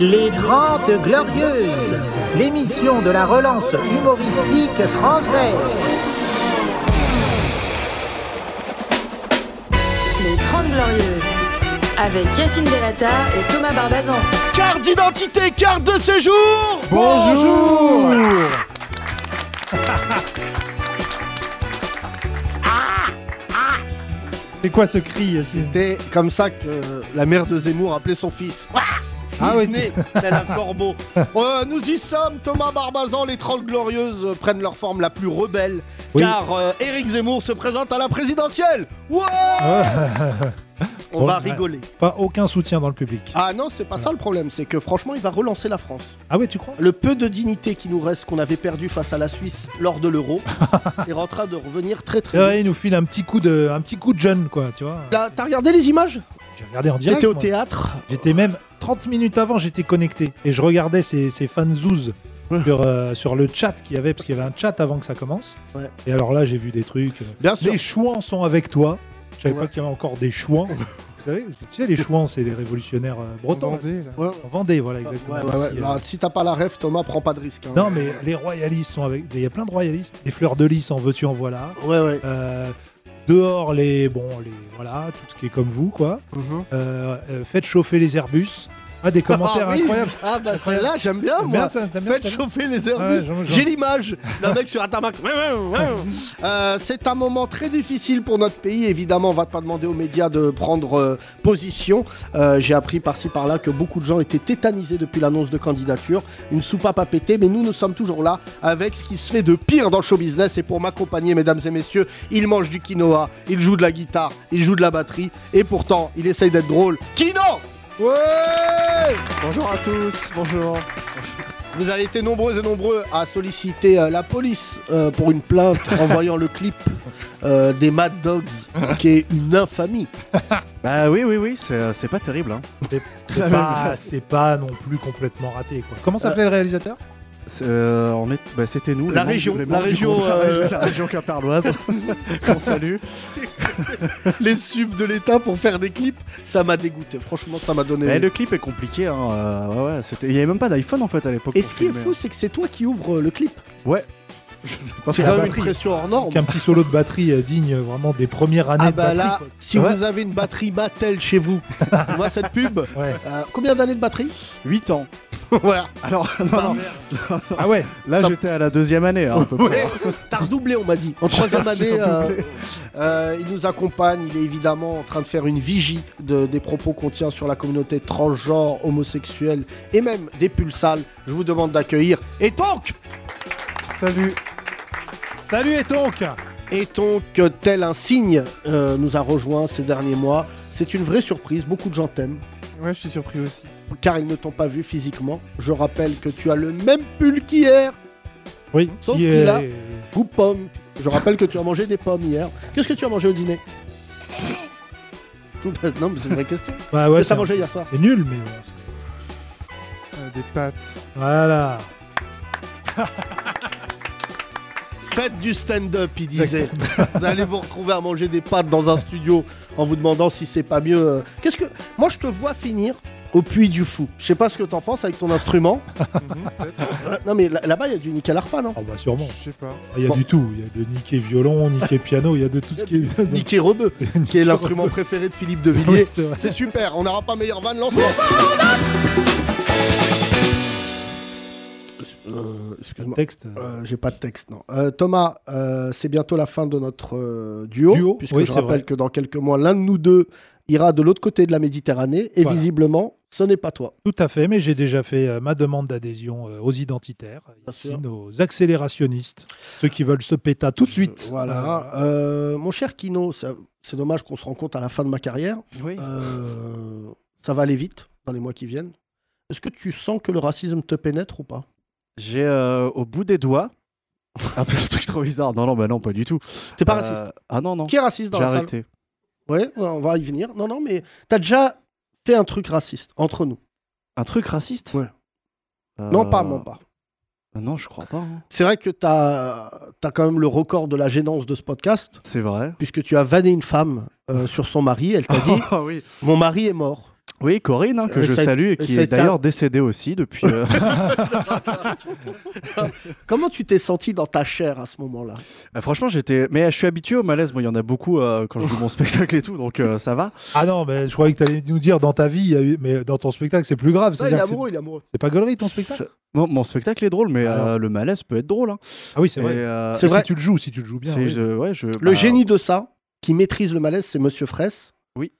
Les Grandes Glorieuses, l'émission de la relance humoristique française. Les 30 Glorieuses, avec Yacine Delata et Thomas Barbazan. Carte d'identité, carte de séjour Bonjour C'est quoi ce cri Yacine C'était comme ça que euh, la mère de Zemmour appelait son fils. Ah Il ouais, venait tel un corbeau. Euh, nous y sommes, Thomas Barbazan, les 30 glorieuses euh, prennent leur forme la plus rebelle, Oui. car euh, Éric Zemmour se présente à la présidentielle. Ouais On Bon, va ouais. rigoler. Pas aucun soutien dans le public. Ah non, c'est pas ça le problème, c'est que franchement, il va relancer la France. Ah ouais, tu crois Le peu de dignité qui nous reste, qu'on avait perdu face à la Suisse lors de l'euro, est en train de revenir très C'est très vrai, vite. Ah, il nous file un petit coup de, un petit coup de jeune, quoi, tu vois. Là, T'as regardé les images J'ai regardé en direct. J'étais au moi. théâtre. J'étais même 30 minutes avant, j'étais connecté et je regardais ces, ces fans zouz Ouais. sur, euh, sur le chat qu'il y avait, parce qu'il y avait un chat avant que ça commence. Ouais. Et alors là, j'ai vu des trucs. euh, Bien sûr. Les chouans sont avec toi. Je savais Ouais. pas qu'il y avait encore des chouans. Vous savez, tu sais, les chouans, c'est les révolutionnaires euh, bretons. Vendée, là. Ouais. En Vendée, voilà, exactement. Ah, Ouais, ouais, ouais. Ici, euh, Bah, si t'as pas la rêve, Thomas, prends pas de risque. hein. Non, mais les royalistes sont avec. Il y a plein de royalistes. Des fleurs de lys en veux-tu, en voilà. Ouais, ouais. Euh, dehors, les. Bon, les. Voilà, tout ce qui est comme vous, quoi. Euh, euh, faites chauffer les Airbus. Ah, des commentaires Mhm. Ah, oui. incroyables. Ah, bah Incroyable. celle-là, j'aime bien, T'aimes moi. bien ça, t'aimes bien Faites ça, là chauffer les Ouais, Airbus. j'aime- j'aime. J'ai l'image d'un mec sur un tarmac. Ouais, ouais, ouais. Euh, c'est un moment très difficile pour notre pays. Évidemment, on va pas demander aux médias de prendre euh, position. Euh, J'ai appris par-ci par-là que beaucoup de gens étaient tétanisés depuis l'annonce de candidature. Une soupape à péter, mais nous, nous sommes toujours là avec ce qui se fait de pire dans le show business. Et pour m'accompagner, mesdames et messieurs, il mange du quinoa, il joue de la guitare, il joue de la batterie, et pourtant, il essaye d'être drôle. Kino Ouais Bonjour à tous, bonjour. Vous avez été nombreux et nombreux à solliciter euh, la police euh, pour une plainte en voyant le clip euh, des Mad Dogs, qui est une infamie. Bah oui, oui, oui, c'est euh, c'est pas terrible. Hein. C'est pas, c'est pas non plus complètement raté, quoi. Euh, Comment s'appelait le réalisateur C'est, euh, on est- bah, C'était nous. les La membres du- région, les la membres du région, groupe, la euh, région- la région caparloise qu'on salue. Les subs de l'État pour faire des clips, ça m'a dégoûté. Franchement, ça m'a donné. Eh, le clip est compliqué. Hein. euh, ouais, ouais, c'était- Il y avait même pas d'iPhone en fait à l'époque. Et pour ce qui est filmer, fou, c'est que c'est toi qui ouvres euh, le clip. hein. Ouais. Je sais pas C'est la quand même une batterie. pression hors norme. Qu'un petit solo de batterie euh, digne euh, vraiment des premières années Ah bah de là, batterie. si Ouais. vous avez une batterie Mattel chez vous, on voit cette pub. quoi. Ouais. euh, combien d'années de batterie 8 ans. Voilà. Alors non, non, Ah ouais, là Ça- j'étais à la deuxième année. hein, à peu près. Ouais, T'as redoublé, on m'a dit. En troisième année, J'ai euh, redoublé. euh, il nous accompagne. Il est évidemment en train de faire une vigie de- des propos qu'on tient sur la communauté transgenre, homosexuelle et même des pulsales. Je vous demande d'accueillir Et donc Salut. salut et donc Et donc, euh, tel un signe, euh, nous a rejoint ces derniers mois. C'est une vraie surprise. Beaucoup de gens t'aiment. Ouais, je suis surpris aussi. Car ils ne t'ont pas vu physiquement. Je rappelle que tu as le même pull qu'hier, Oui, Sauf qui qu'il est- a- goût pomme. Je rappelle que tu as mangé des pommes hier. Qu'est-ce que tu as mangé au dîner Non, mais c'est une vraie question. Bah ouais, Qu'est-ce que c'est t'as mangé hier soir c'est nul, mais euh, bon, c'est- Euh, des pattes. Voilà. Faites du stand-up, il disait. vous allez vous retrouver à manger des pâtes dans un studio en vous demandant si c'est pas mieux. euh, Qu'est-ce que. Moi, je te vois finir au puits du fou. Je sais pas ce que t'en penses avec ton instrument. Ouais, non, mais là- là-bas, il y a du hein. nickel harpa, non Oh Mhm. bah sûrement. sais pas. Il y a Bon. du tout. Il y a de niquer violon, niquer piano, il y a de tout ce qui est. Niquet rebeu, qui est l'instrument préféré de Philippe de Oui, Villiers. c'est vrai. C'est super, on n'aura pas meilleur van lancement. Euh, Excuse-moi, Texte. euh, j'ai pas de texte, non. Euh, Thomas, euh, c'est bientôt la fin de notre euh, duo, Duo, puisque oui, je c'est rappelle vrai. que dans quelques mois, l'un de nous deux ira de l'autre côté de la Méditerranée, et Voilà. visiblement, ce n'est pas toi. Tout à fait, mais j'ai déjà fait euh, ma demande d'adhésion euh, aux identitaires, Bien ici, sûr. nos accélérationnistes, ceux qui veulent se péta tout de suite. Euh, voilà. Euh, Euh, mon cher Kino, ça- c'est dommage qu'on se rende compte à la fin de ma carrière. Oui. Euh, ça va aller vite dans les mois qui viennent. Est-ce que tu sens que le racisme te pénètre ou pas J'ai euh, au bout des doigts. Un peu de truc trop bizarre. Non, non, bah non, pas du tout. T'es pas Euh, raciste Ah non, non. Qui est raciste dans J'ai la salle arrêté. Ouais, on va y venir. Non, non, mais t'as déjà fait un truc raciste entre nous. Un truc raciste Ouais. Euh, Non, pas, non, pas. Non, je crois pas. hein. C'est vrai que t'as as quand même le record de la gênance de ce podcast, C'est vrai. puisque tu as vanné une femme euh, sur son mari. Elle t'a dit Ah oui. Mon mari est mort. Oui, Corinne, hein, que Euh, je ça- salue et qui ça est t'a- d'ailleurs décédée aussi depuis. euh, Comment tu t'es senti dans ta chair à ce moment-là Ah, franchement, j'étais. Mais je suis habitué au malaise. Moi, il y en a beaucoup euh, quand je joue mon spectacle et tout, donc euh, ça va. Ah non, mais je croyais que tu allais nous dire dans ta vie, il y a eu- mais dans ton spectacle, c'est plus grave. Ah, Il est C'est-à-dire que C'est amoureux, il est amoureux. c'est pas gaulerie ton spectacle Mon, mon spectacle est drôle, mais euh, Alors. le malaise peut être drôle. hein. Ah oui, c'est Et, vrai. euh, C'est vrai. Si tu le joues, si tu le joues bien. c'est- oui. je- ouais, je- Le bah, génie de ça, qui maîtrise le malaise, c'est Monsieur Fraisse. Oui.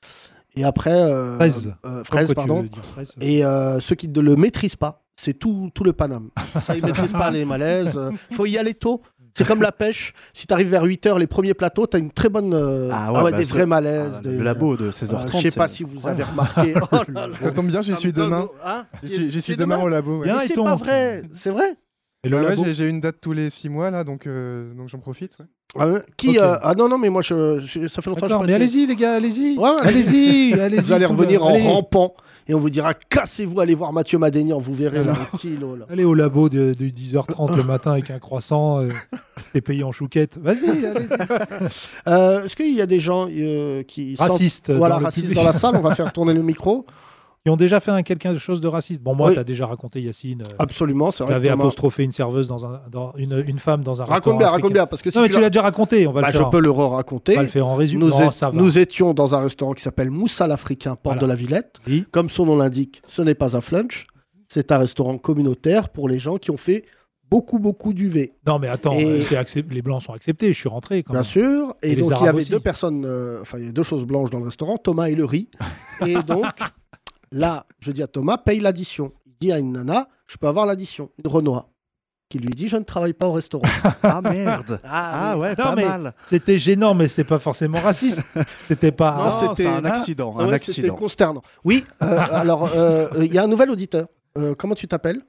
Et après. euh, Fraise. euh, Comme Fraise, quoi tu pardon. veux dire fraise. Et euh, ceux qui ne le maîtrisent pas, c'est tout, tout le Paname. Ça, ils ne maîtrisent pas les malaises. euh, faut y aller tôt. C'est comme la pêche. Si tu arrives vers 8h, les premiers plateaux, tu as une très bonne. euh, Ah ouais, bah des ça- vrais ah, malaises. des- le labo de euh, 16h30. je sais pas c'est- si vous avez remarqué. Oh là là. Ça tombe bien, j'y Ça me suis donne- demain. Hein J'y Tu- suis, j'y tu suis es demain au labo. ouais. Ah, Bien Mais et c'est ton- pas vrai. C'est vrai. Et le Ouais, ouais, labo j'ai- j'ai une date tous les six mois là, donc euh, donc j'en profite. ouais. Ah, ouais. Qui Ok. euh, Ah non non mais moi je, je- ça fait longtemps que D'accord, je mais suis pas allez-y les gars, allez-y. Ouais, ouais. Allez-y, allez-y. Vous allez tout revenir va- en allez, rampant et on vous dira cassez-vous allez voir Mathieu Madénian vous verrez là, Alors. le kilo là. Allez au labo de, de 10h30 le matin avec un croissant euh, et payé en chouquette. Vas-y, allez-y. Euh, Est-ce qu'il y a des gens euh, qui sentent- Raciste voilà dans le racistes public. dans la salle on va faire tourner le micro Ils ont déjà fait un quelqu'un de chose de raciste. Bon, moi, Oui. Ah. t'as déjà raconté Yacine. euh, absolument c'est vrai. T'avais que Thomas- apostrophé une serveuse dans un, dans une, une femme dans un Raconte restaurant. bien africain. raconte bien parce que si Non, mais tu tu l'as- l'as déjà raconté. On va Bah, le je faire. hein. peux le on raconter. va le faire en résumé. Nous, Non, est- ça va. nous étions dans un restaurant qui s'appelle Moussa l'Africain, porte Voilà. de la Villette. Oui. Comme son nom l'indique, ce n'est pas un flunch, c'est un restaurant communautaire pour les gens qui ont fait beaucoup, beaucoup d'UV. Non, mais attends, Et- euh, c'est accep- les blancs sont acceptés. Je suis rentré quand Bien même. sûr. Et, Et les donc, il y Arabes avait aussi. deux personnes, euh, enfin, il y avait deux choses blanches dans le restaurant, Thomas et le riz. Et donc, là, je dis à Thomas, paye l'addition. Il dit à une nana, je peux avoir l'addition, une Renoir, qui lui dit, je ne travaille pas au restaurant. Ah merde. Ah, Ah oui. ouais, Non, pas mais- mal. C'était gênant, mais c'était pas forcément raciste. C'était pas. Non, Ah, Non, c'était- Bah, oh, c'est un accident. Ouais, un c'était accident. consternant. Oui, euh, alors, euh, il y a un nouvel auditeur. Euh, comment tu t'appelles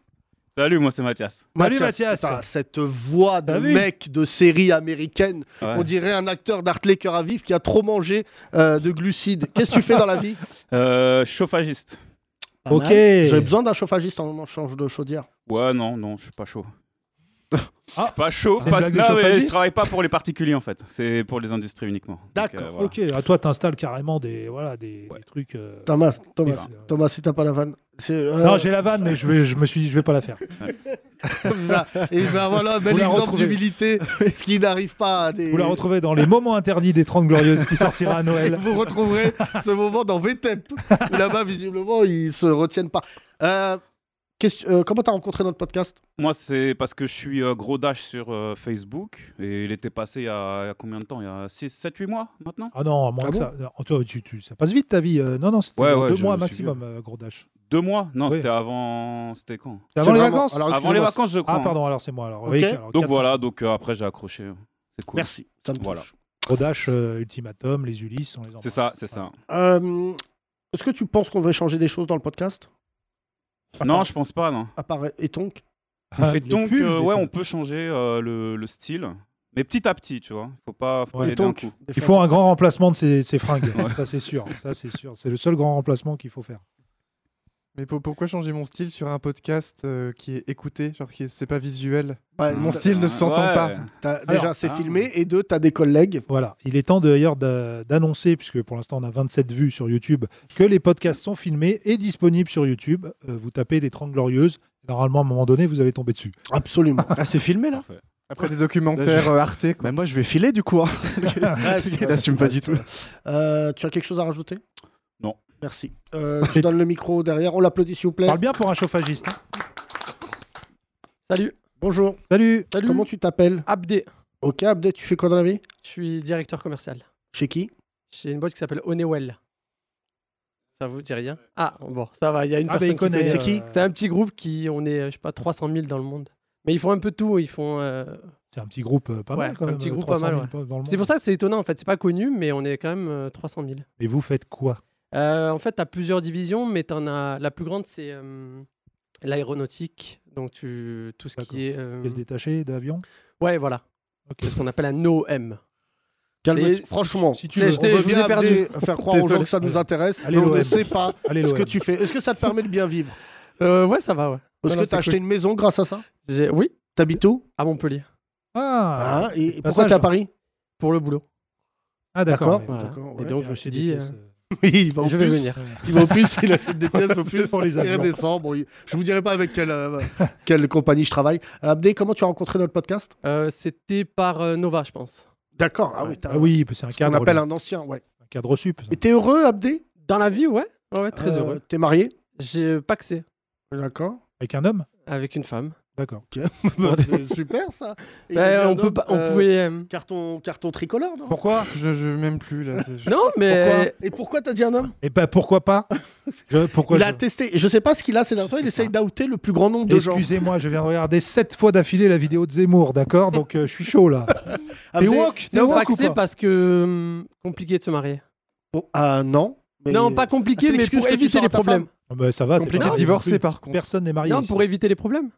Salut, moi c'est Mathias. Salut, Mathias. Putain, cette voix de T'as vu mec de série américaine, Ouais. on dirait un acteur d'Art Laker à vif qui a trop mangé euh, de glucides. Qu'est-ce que tu fais dans la vie Euh, chauffagiste. Pas Ok. mal. J'avais besoin d'un chauffagiste en en change de chaudière. Ouais, non, non, je suis pas chaud. Ah. pas chaud, C'est une pas blague de non, mais chauffagiste je travaille pas pour les particuliers en fait, c'est pour les industries uniquement. Donc, euh, D'accord, voilà. Ok, à toi, t'installes carrément des, voilà, des, des trucs. euh, Thomas, Thomas, des- euh, Thomas, si t'as pas la vanne. c'est, euh, Non, j'ai la vanne, mais je, vais, je me suis dit, je vais pas la faire. voilà. Et ben voilà, un bel Vous la exemple retrouvez. d'humilité qui n'arrive pas à des. Vous la retrouvez dans les moments interdits des 30 Glorieuses qui sortira à Et Noël. vous retrouverez ce moment dans VTEP, où là-bas, visiblement, ils se retiennent pas. Euh, qu'est-ce- euh, comment t'as rencontré notre podcast Moi c'est parce que je suis euh, gros dash sur euh, Facebook et il était passé il y a, il y a combien de temps Il y a 6, 7, 8 mois maintenant Ah non, à moins Ah que bon ça. non, toi, tu, tu- ça passe vite ta vie. euh, non, non, c'était Ouais, dans ouais, deux je mois me suis maximum, euh, gros dash. Deux mois Non, Oui. c'était avant. C'était quand C'est avant les C'est vraiment- vacances alors, Avant les excusez-moi, vacances, je crois. Ah, hein. pardon, alors c'est moi. Alors, Ok. Oui, alors, Donc 400. voilà, donc euh, après j'ai accroché. C'est cool. Merci, ça me touche. Voilà. Gros dash, euh, Ultimatum, les Ulysses, on les embrasse. C'est ça, c'est ça. Euh, Est-ce que tu penses qu'on devrait changer des choses dans le podcast Non, je pense pas, non. À part et donc Ah, Et les donc, pubs, euh, les ouais, trucs. on peut changer euh, le, le style, mais petit à petit, tu vois. Faut pas, faut pas Ouais, y et aller d'un donc, coup. Il faut un grand remplacement de ces, ces fringues. Ça, c'est sûr. Ça, c'est sûr. C'est le seul grand remplacement qu'il faut faire. Mais pour- pourquoi changer mon style sur un podcast euh, qui est écouté, genre qui est- c'est pas visuel Bah, Mon t'as- style ne s'entend Ouais. pas. t'as- Déjà, Alors, c'est ah. filmé. Et deux, t'as des collègues. Voilà. Il est temps d'ailleurs d'a- d'annoncer, puisque pour l'instant on a 27 vues sur YouTube, que les podcasts sont filmés et disponibles sur YouTube. Euh, vous tapez les 30 Glorieuses. Normalement, à un moment donné, vous allez tomber dessus. Absolument. Ah, c'est filmé là Parfait. Après des documentaires euh, Arte, quoi. Bah, Moi, je vais filer du coup. hein. Ouais, c'est Il vrai, n'assume c'est vrai, pas du c'est tout. vrai. Euh, tu as quelque chose à rajouter Non. Merci. Euh, je donne le micro derrière. On l'applaudit, s'il vous plaît. Parle bien pour un chauffagiste. hein. Salut, Bonjour. Salut salut. Comment tu t'appelles Abdé, Ok, Abdé, tu fais quoi dans la vie je suis directeur commercial Chez qui chez une boîte qui s'appelle Onewell. Ça vous dit rien Ah bon, ça va, il y a une Ah, personne ben, il qui connaît. connaît, C'est qui euh, C'est un petit groupe qui, on est, euh, je sais pas, 300 000 dans le monde. Mais ils font un peu tout, ils font. euh, C'est un petit groupe euh, pas Ouais, mal quand un même. petit euh, groupe pas 300 000 mal, dans le C'est monde. pour ça que c'est étonnant en fait, c'est pas connu, mais on est quand même euh, 300 000. Mais vous faites quoi Euh, en fait, tu as plusieurs divisions, mais t'en as... la plus grande, c'est euh, l'aéronautique. Donc, tu... tout ce D'accord. qui est. euh, Pièces détachées d'avion Ouais, voilà. C'est ce qu'on appelle un OM. Calme C'est- Franchement. Si tu C'est- veux. j'étais- je vous ai Reviens, Abdé, faire croire aux gens Désolé. que ça nous Allez. intéresse. Allez, mais on ne l'OM. sait pas Allez, ce que l'OM. tu fais. Est-ce que ça te permet de bien vivre Euh, ouais, ça va, ouais. Est-ce Non, que non, t'as c'est acheté cool. une maison grâce à ça J'ai- Oui, T'habites où à Montpellier, Ah, Hein Et c'est pourquoi passage, t'es à là. Paris pour le boulot. Ah, d'accord. D'accord. mais- Voilà. D'accord, Et ouais. donc, Il y je a me suis des dit, pièces, euh, euh, Oui, il va au Je vais plus. venir. Il va au plus, il achète des pièces au Parce que plus pour les il avions. redescend. Bon, il- je vous dirai pas avec quelle, euh, quelle compagnie je travaille. Euh, Abdé, comment tu as rencontré notre podcast Euh, C'était par euh, Nova, je pense. D'accord, ah oui, t'as- Ah oui, c'est un ce qu'on cadre. appelle lui. un ancien, ouais. Un cadre sup. ça. Et t'es heureux, Abdé Dans la vie, ouais. Ouais, ouais, très Euh, heureux. T'es marié J'ai paxé D'accord. Avec un homme avec une femme. D'accord. Bah, c'est super ça. Et Ben, il y a un on, peut homme, pas, on euh, pouvait. euh, Carton, carton tricolore, non Pourquoi Je, je veux même plus là. c'est- je- Non, Pourquoi mais. euh, Et pourquoi t'as dit un homme Et bah pourquoi pas Je- Pourquoi Il je- a testé, je sais pas ce qu'il a, c'est Je derniers temps, sais il essaye pas. d'outer le plus grand nombre de gens. Excusez-moi, je viens de regarder sept fois d'affilée la vidéo de Zemmour, d'accord Donc euh, je suis chaud là. T'es Abdé- woke T'es Non, woke ou paxé pas parce que. hum, compliqué de se marier. Bon, ah, non. mais- Non, pas compliqué, Ah, c'est mais l'excuse pour que tu éviter sors à les ta problèmes. Ah bah, Ça va. t'es Compliqué pas de marié divorcer non plus. par contre. Personne n'est marié. Non, ici. pour éviter les problèmes.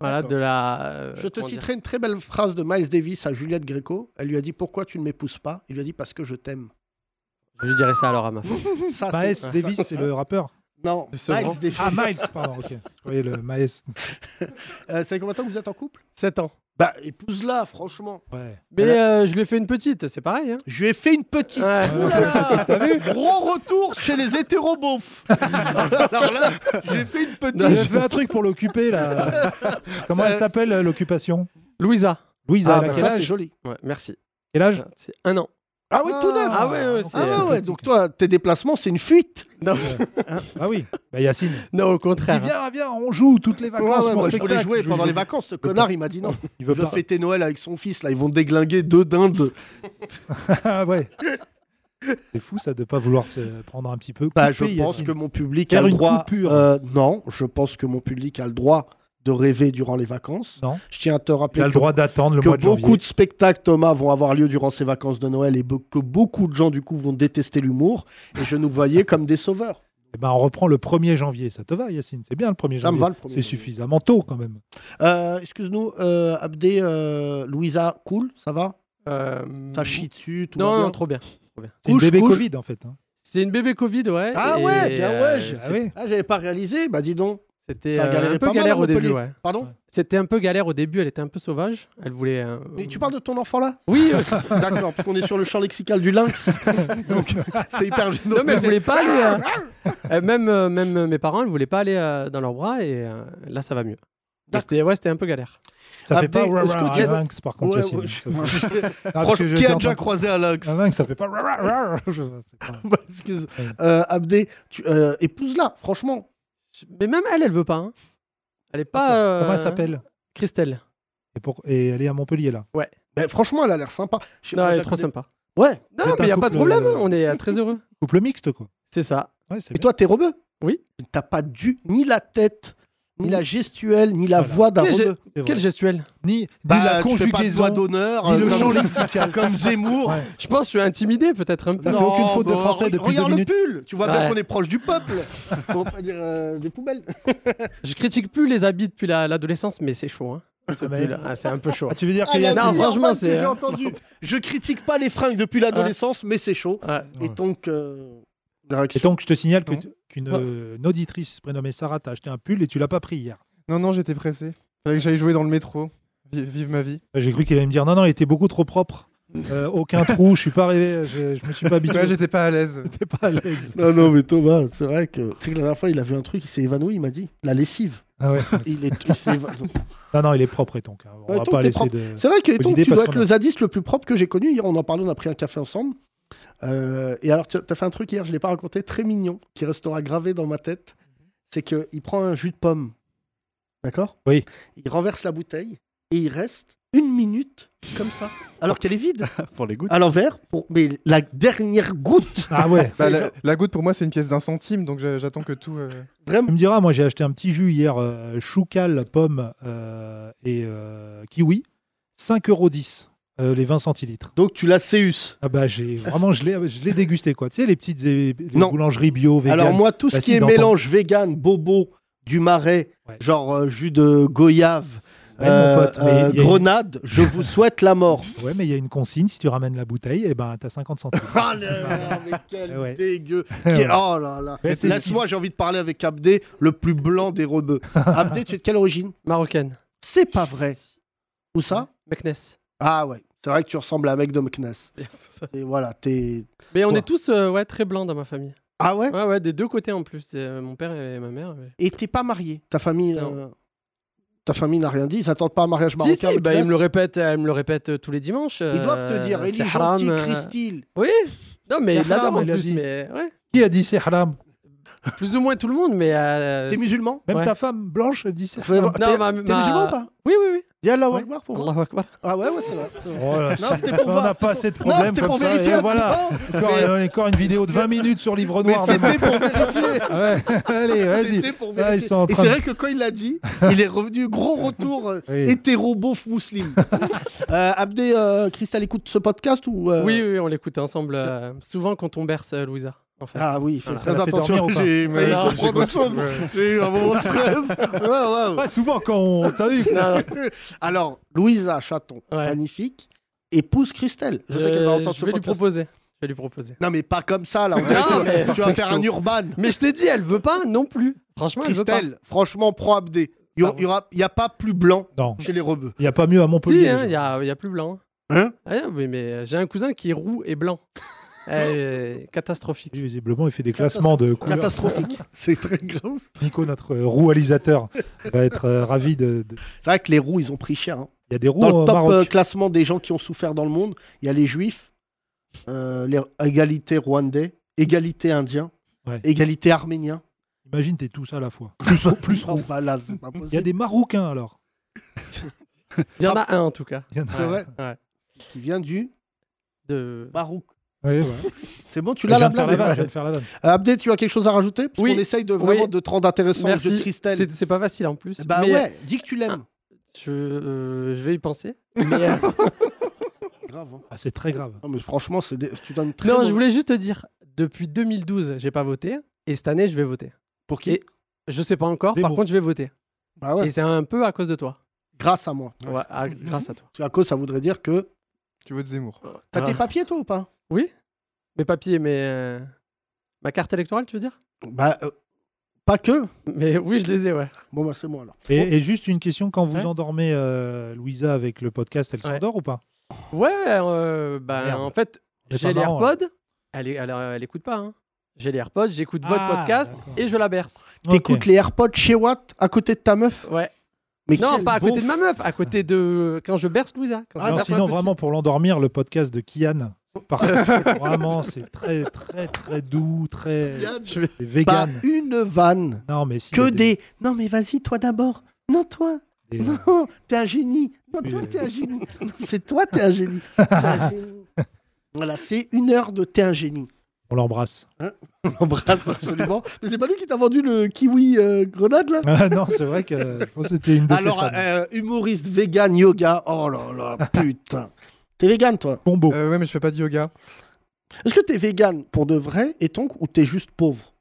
Voilà, D'accord. de la. euh, Je te comment dire citerai une très belle phrase de Miles Davis à Juliette Gréco. Elle lui a dit Pourquoi tu ne m'épouses pas Il lui a dit Parce que je t'aime. Je lui dirai ça alors à ma femme. Ça, Maes c'est- Davis, c'est le rappeur. Non, Ce Miles grand- Davis. Ah, Miles, pardon, ok. Je croyais le Maes. Euh, ça fait combien de temps que vous êtes en couple 7 ans. Bah, épouse-la, franchement. Ouais. Mais euh, je lui ai fait une petite, c'est pareil. hein. Je lui ai fait une petite. Ouais. Ouh là là Ah, Gros retour chez les hétéroboffes. Alors là, j'ai fait une petite. J'ai fait un truc pour l'occuper, là. Comment Ça- elle s'appelle, euh, l'occupation Louisa. Louise, Ah, elle a bah, quel ça, c'est âge joli. Ouais, merci. Quel âge C'est un an. Ah oui, tout neuf. Ah ouais, ouais, donc, c'est- Ah euh, ouais, ouais, donc toi, tes déplacements, c'est une fuite. Hein Non, Ah oui, bah Yacine. non, au Il contraire. dit, viens, viens, on joue toutes les Ouais, vacances. ouais, mon moi, je spectacle. voulais jouer pendant les vacances. Ce pas. connard, il m'a dit non. Il veut Il va pas. fêter Noël avec son fils. Là, ils vont déglinguer deux dindes. Ah ouais. C'est fou ça de pas vouloir se prendre un petit peu. Bah, je couper, pense Yacine. que mon public Faire a le une droit. coupure. Euh, non, je pense que mon public a le droit de rêver durant les vacances. Non. Je tiens à te Il rappeler a le que droit d'attendre le que mois de beaucoup janvier. de spectacles, Thomas, vont avoir lieu durant ces vacances de Noël et be- que beaucoup de gens, du coup, vont détester l'humour. Et je nous voyais comme des sauveurs. Eh ben, on reprend le 1er janvier. Ça te va, Yacine C'est bien le 1er janvier. Ça me va, le 1er C'est janvier. suffisamment tôt quand même. Euh, Excuse-nous, euh, Abdé, euh, Louisa, cool, ça va Euh, Ça chie dessus tout Non, va non, bien trop bien. C'est une Couche, bébé couche. Covid en fait. hein. C'est une bébé Covid, ouais. Ah et, ouais, bien euh, ouais, j'ai- Ah oui. Ah, j'avais pas réalisé Bah, dis donc. C'était T'as euh, galéré un peu pas mal galère à au début, Montpellier. ouais. Pardon C'était un peu galère au début, elle était un peu sauvage. Elle voulait. euh, Mais tu parles de ton enfant là Oui, euh, Ah, D'accord, parce qu'on est sur le champ lexical du lynx. donc, Ah, c'est hyper gênant. non, mais elle voulait pas aller. euh, euh, même, euh, même euh, mes parents, elles voulaient pas aller euh, dans leurs bras et euh, là, ça va mieux. Mais D'accord. C'était ouais, c'était un peu galère. Ça fait Abdé, pas rara est-ce que tu- lynx par contre, Ouais, Yacine. ouais, Ça fait- je- Ah, parce que Qui j'étais a en train déjà de- croisé un lynx Un lynx, ça fait pas rara rara. Je sais pas. Bah, excuse. Euh, Abdé, tu- euh, épouse-la, franchement. Mais même elle, elle veut pas. hein. Elle est pas. euh, Comment elle s'appelle Christelle. et, pour- et elle est à Montpellier là. Bah, franchement, elle a l'air sympa. Je sais Non, pas, elle t'as est trop connu- sympa. Ouais. Non, Vous êtes mais un il a pas de couple, problème, euh, on est euh, très heureux. Couple mixte quoi. C'est ça. Ouais, c'est Et bien. toi, t'es rebeu Oui. T'as pas dû ni la tête, ni la gestuelle, ni la Voilà. voix d'un Quel, rebeu. ge- C'est vrai. quel gestuelle Ni, ni Bah, la tu fais pas de conjugaison. voix d'honneur, ni euh, le comme- champ lexical. comme Zemmour. Ouais. Je pense que je suis intimidé peut-être un peu. T'as fait aucune faute de bah, français re- depuis regarde deux le pull. Tu vois bien Ouais. qu'on est proche du peuple. Faut pas dire euh, des poubelles. Je critique plus les habits depuis la- l'adolescence, mais c'est chaud. hein. Ce mais- pull, ah, c'est un peu chaud. bah Ah, tu veux dire qu'il y là, a non, ces- franchement, normal que c'est- hein. euh, J'ai entendu. Je critique pas les fringues depuis l'adolescence, mais c'est chaud. Ouais. Et donc. euh, la réaction- Et donc, je te signale que Non. tu- qu'une Ouais. euh, une auditrice prénommée Sarah t'a acheté un pull et tu l'as pas pris hier. Non, non, j'étais pressé. Fallait que j'aille jouer dans le métro. Vi- Vive ma vie. J'ai cru qu'elle allait me dire non, non, il était beaucoup trop propre. Euh, aucun trou, je suis pas arrivé, je, je me suis pas habitué. Ouais, j'étais pas à l'aise. J'étais pas à l'aise. Non, non, mais Thomas, c'est vrai que. Tu sais que la dernière fois, il a vu un truc, il s'est évanoui, il m'a dit la lessive. Ah ouais. Il est- il s'est évanoui. Non, non, il est propre et donc. hein. On Ouais, va Tonk, pas Bah, t'es laisser propre. de. C'est vrai que et Aux donc, idées, tu parce dois être qu'on a- le zadiste le plus propre que j'ai connu. Hier, on en parlait, on a pris un café ensemble. Euh, et alors, tu as fait un truc hier, je ne l'ai pas raconté, très mignon, qui restera gravé dans ma tête. C'est qu'il prend un jus de pomme. D'accord Oui. Il renverse la bouteille et il reste une minute comme ça. Alors qu'elle est vide, pour les gouttes. à l'envers, pour... mais la dernière goutte. Ah ouais. Bah, C'est la, genre- la goutte pour moi c'est une pièce d'un centime donc je- j'attends que tout. euh, Tu Vraiment. me diras, moi j'ai acheté un petit jus hier, euh, choucal, pomme euh, et euh, kiwi, 5,10 euros euh, les 20 centilitres. Donc, tu la séus. Ah bah j'ai vraiment, je l'ai je l'ai dégusté quoi. Tu sais, les petites euh, les Non. boulangeries bio, vegan. Alors, moi, tout ce Bah, qui si, est dans mélange vegan, bobo, du marais, Ouais. genre euh, jus de goyave, Ouais, mon pote, mais euh, il y a une- grenade, je vous souhaite la mort. Ouais, mais il y a une consigne, si tu ramènes la bouteille, eh ben t'as 50 centimes. Ah là là, mais quel Ouais. dégueu Qui- Oh là là Mais c'est ce qui- Laisse-moi, j'ai envie de parler avec Abdé, le plus blanc des rebeux. Abdé, tu es de quelle origine Marocaine. C'est pas vrai. Où ça Meknès. Ah ouais, C'est vrai que tu ressembles à un mec de Meknès. Et voilà, t'es. Mais on Quoi est tous euh, ouais, très blancs dans ma famille. Ah ouais Ouais, ouais, des deux côtés en plus. euh, mon père et ma mère. ouais. Et t'es pas marié. Ta famille. Non. euh, Ta famille n'a rien dit. Ils attendent pas un mariage marocain. Si, si, avec bah, ils Kness. me le répètent, euh, ils me le répètent euh, tous les dimanches. Ils doivent te dire, euh, Elie c'est haram, Gentil, euh, Christine. Oui, non, mais C'est il l'adore haram, en il a plus. dit. Mais, ouais. Qui a dit c'est haram Plus ou moins tout le monde, mais. euh, T'es musulman Même Ouais. ta femme blanche a dit c'est Fais- haram. T'es Non, ma- t'es ma- musulman ou pas Oui, oui, oui. Dis Allah Ouais. Akbar pour moi. Allahu Akbar. Ah ouais, ouais, c'est vrai. c'est vrai. Oh là, Non, ça- c'était pour on voir, n'a pas c'était pour- assez de Non, problèmes c'était comme pour ça. vérifier. hein. Et voilà, Non, encore, euh, encore une vidéo de 20 minutes sur Livre mais Noir. demain. c'était pour vérifier. Ouais, allez, vas-y. C'était pour Là, vérifier. ils sont en Et train c'est de- vrai que quand il l'a dit, il est revenu gros retour euh, Oui. hétéro beauf mousseline. euh, Abdé, euh, Christelle écoute ce podcast ou euh, bah, Oui, oui, oui, on l'écoutait ensemble. euh, souvent quand on berce euh, Louisa, en fait. Ah oui, fais Voilà. Ça très l'a fait dormir attention. ou pas J'ai mais Ouais, je non. vais prendre autre chose. J'ai eu un moment de stress. Ouais, ouais, ouais. Pas souvent quand on. T'as vu Non, non, Alors, Louisa Chaton, Ouais. magnifique, épouse Christelle. Euh, Je je- sais qu'elle va entendre je ce vais lui podcast. proposer. Je vais lui proposer. Non, mais pas comme ça, là. On Non, dirait que mais- tu vas faire un urban. Mais je t'ai dit, elle veut pas non plus. Franchement, elle veut pas. Christelle, franchement, prends Abdé. Il n'y Ah bon. a pas plus blanc Non, chez les rebeux. il n'y a pas mieux à Si, hein, il Montpellier. y, a, y a plus blanc. Hein Ah, non, mais, mais, euh, j'ai un cousin qui est roux et blanc. Euh, catastrophique. Lui, visiblement, il fait des classements de couleurs. Catastrophique. C'est très grave. Nico, notre euh, roualisateur, va être euh, ravi de. de- C'est vrai que les roues, ils ont pris cher. hein. Il y a des roues Dans au le top euh, Maroc. classement des gens qui ont souffert dans le monde, il y a les juifs, euh, les... égalité rwandais, égalité indien, Ouais. égalité arménien. Imagine, t'es tous à la fois. Plus, plus Oh, roux. bah là, c'est pas possible. Il y a des Marocains alors. Il y en a un en tout cas. Il y en a- C'est vrai. Ouais. Qui vient du De... Barouk. Ouais, ouais. C'est bon, tu Je l'as viens la de faire la blague vanne, je viens de faire la vanne. Euh, Abdé, tu as quelque chose à rajouter Parce Oui. qu'on essaye de vraiment Oui. de te rendre intéressant au jeu de Merci. Christelle. C'est c'est pas facile en plus. Bah mais ouais, dis que tu l'aimes. je, euh, je vais y penser. Mais, euh, Grave. hein. Ah, c'est très grave. Non, mais franchement, c'est des- tu donnes très. non, bon- je voulais juste te dire, depuis 2012, j'ai pas voté. Et cette année, je vais voter. Pour qui Et- Je sais pas encore, Des par mots. contre, je vais voter. Bah ouais, Et c'est un peu à cause de toi. grâce à moi. Ouais, à- grâce à toi. Parce qu'à cause, ça voudrait dire que. Tu votes Zemmour. T'as Ah. tes papiers, toi, ou pas Oui Mes papiers, mes. euh, Ma carte électorale, tu veux dire Bah, euh, pas que. Mais oui, je les ai, ouais. Bon, bah, c'est moi, alors. Et, et juste une question quand vous Ouais. endormez euh, Louisa avec le podcast, elle Ouais. s'endort ou pas Ouais, euh, bah, Merde. en fait, C'est j'ai pas les marrant, AirPods. Elle, est- elle, elle écoute pas. hein. J'ai les AirPods, j'écoute votre Ah, podcast d'accord. et je la berce. T'écoutes les AirPods chez Watt à côté de ta meuf Ouais. Mais non, quel pas à côté beauf. de ma meuf, à côté de. Quand je berce Louisa. quand Ah, je Non, berce ma sinon, petite. vraiment, pour l'endormir, le podcast de Kian. Parce que vraiment, c'est très, très, très doux, très c'est Pas vegan. une vanne. Non, mais si, il y Que a des. Non, mais vas-y, toi d'abord. Non, toi. des- des- Non, t'es un génie. Non, Oui, toi, oui. t'es un génie. Non, C'est toi, t'es un génie. T'es un génie. Voilà, c'est une heure de t'es un génie. on l'embrasse. Hein On l'embrasse absolument. Mais c'est pas lui qui t'a vendu le kiwi euh, grenade, là Ah non, c'est vrai que je pense que c'était une de ses Alors, fans. euh, humoriste vegan, yoga. Oh là là, putain. T'es vegan, toi Combo. Euh, ouais, mais je fais pas de yoga. Est-ce que t'es vegan pour de vrai, et donc, ou t'es juste pauvre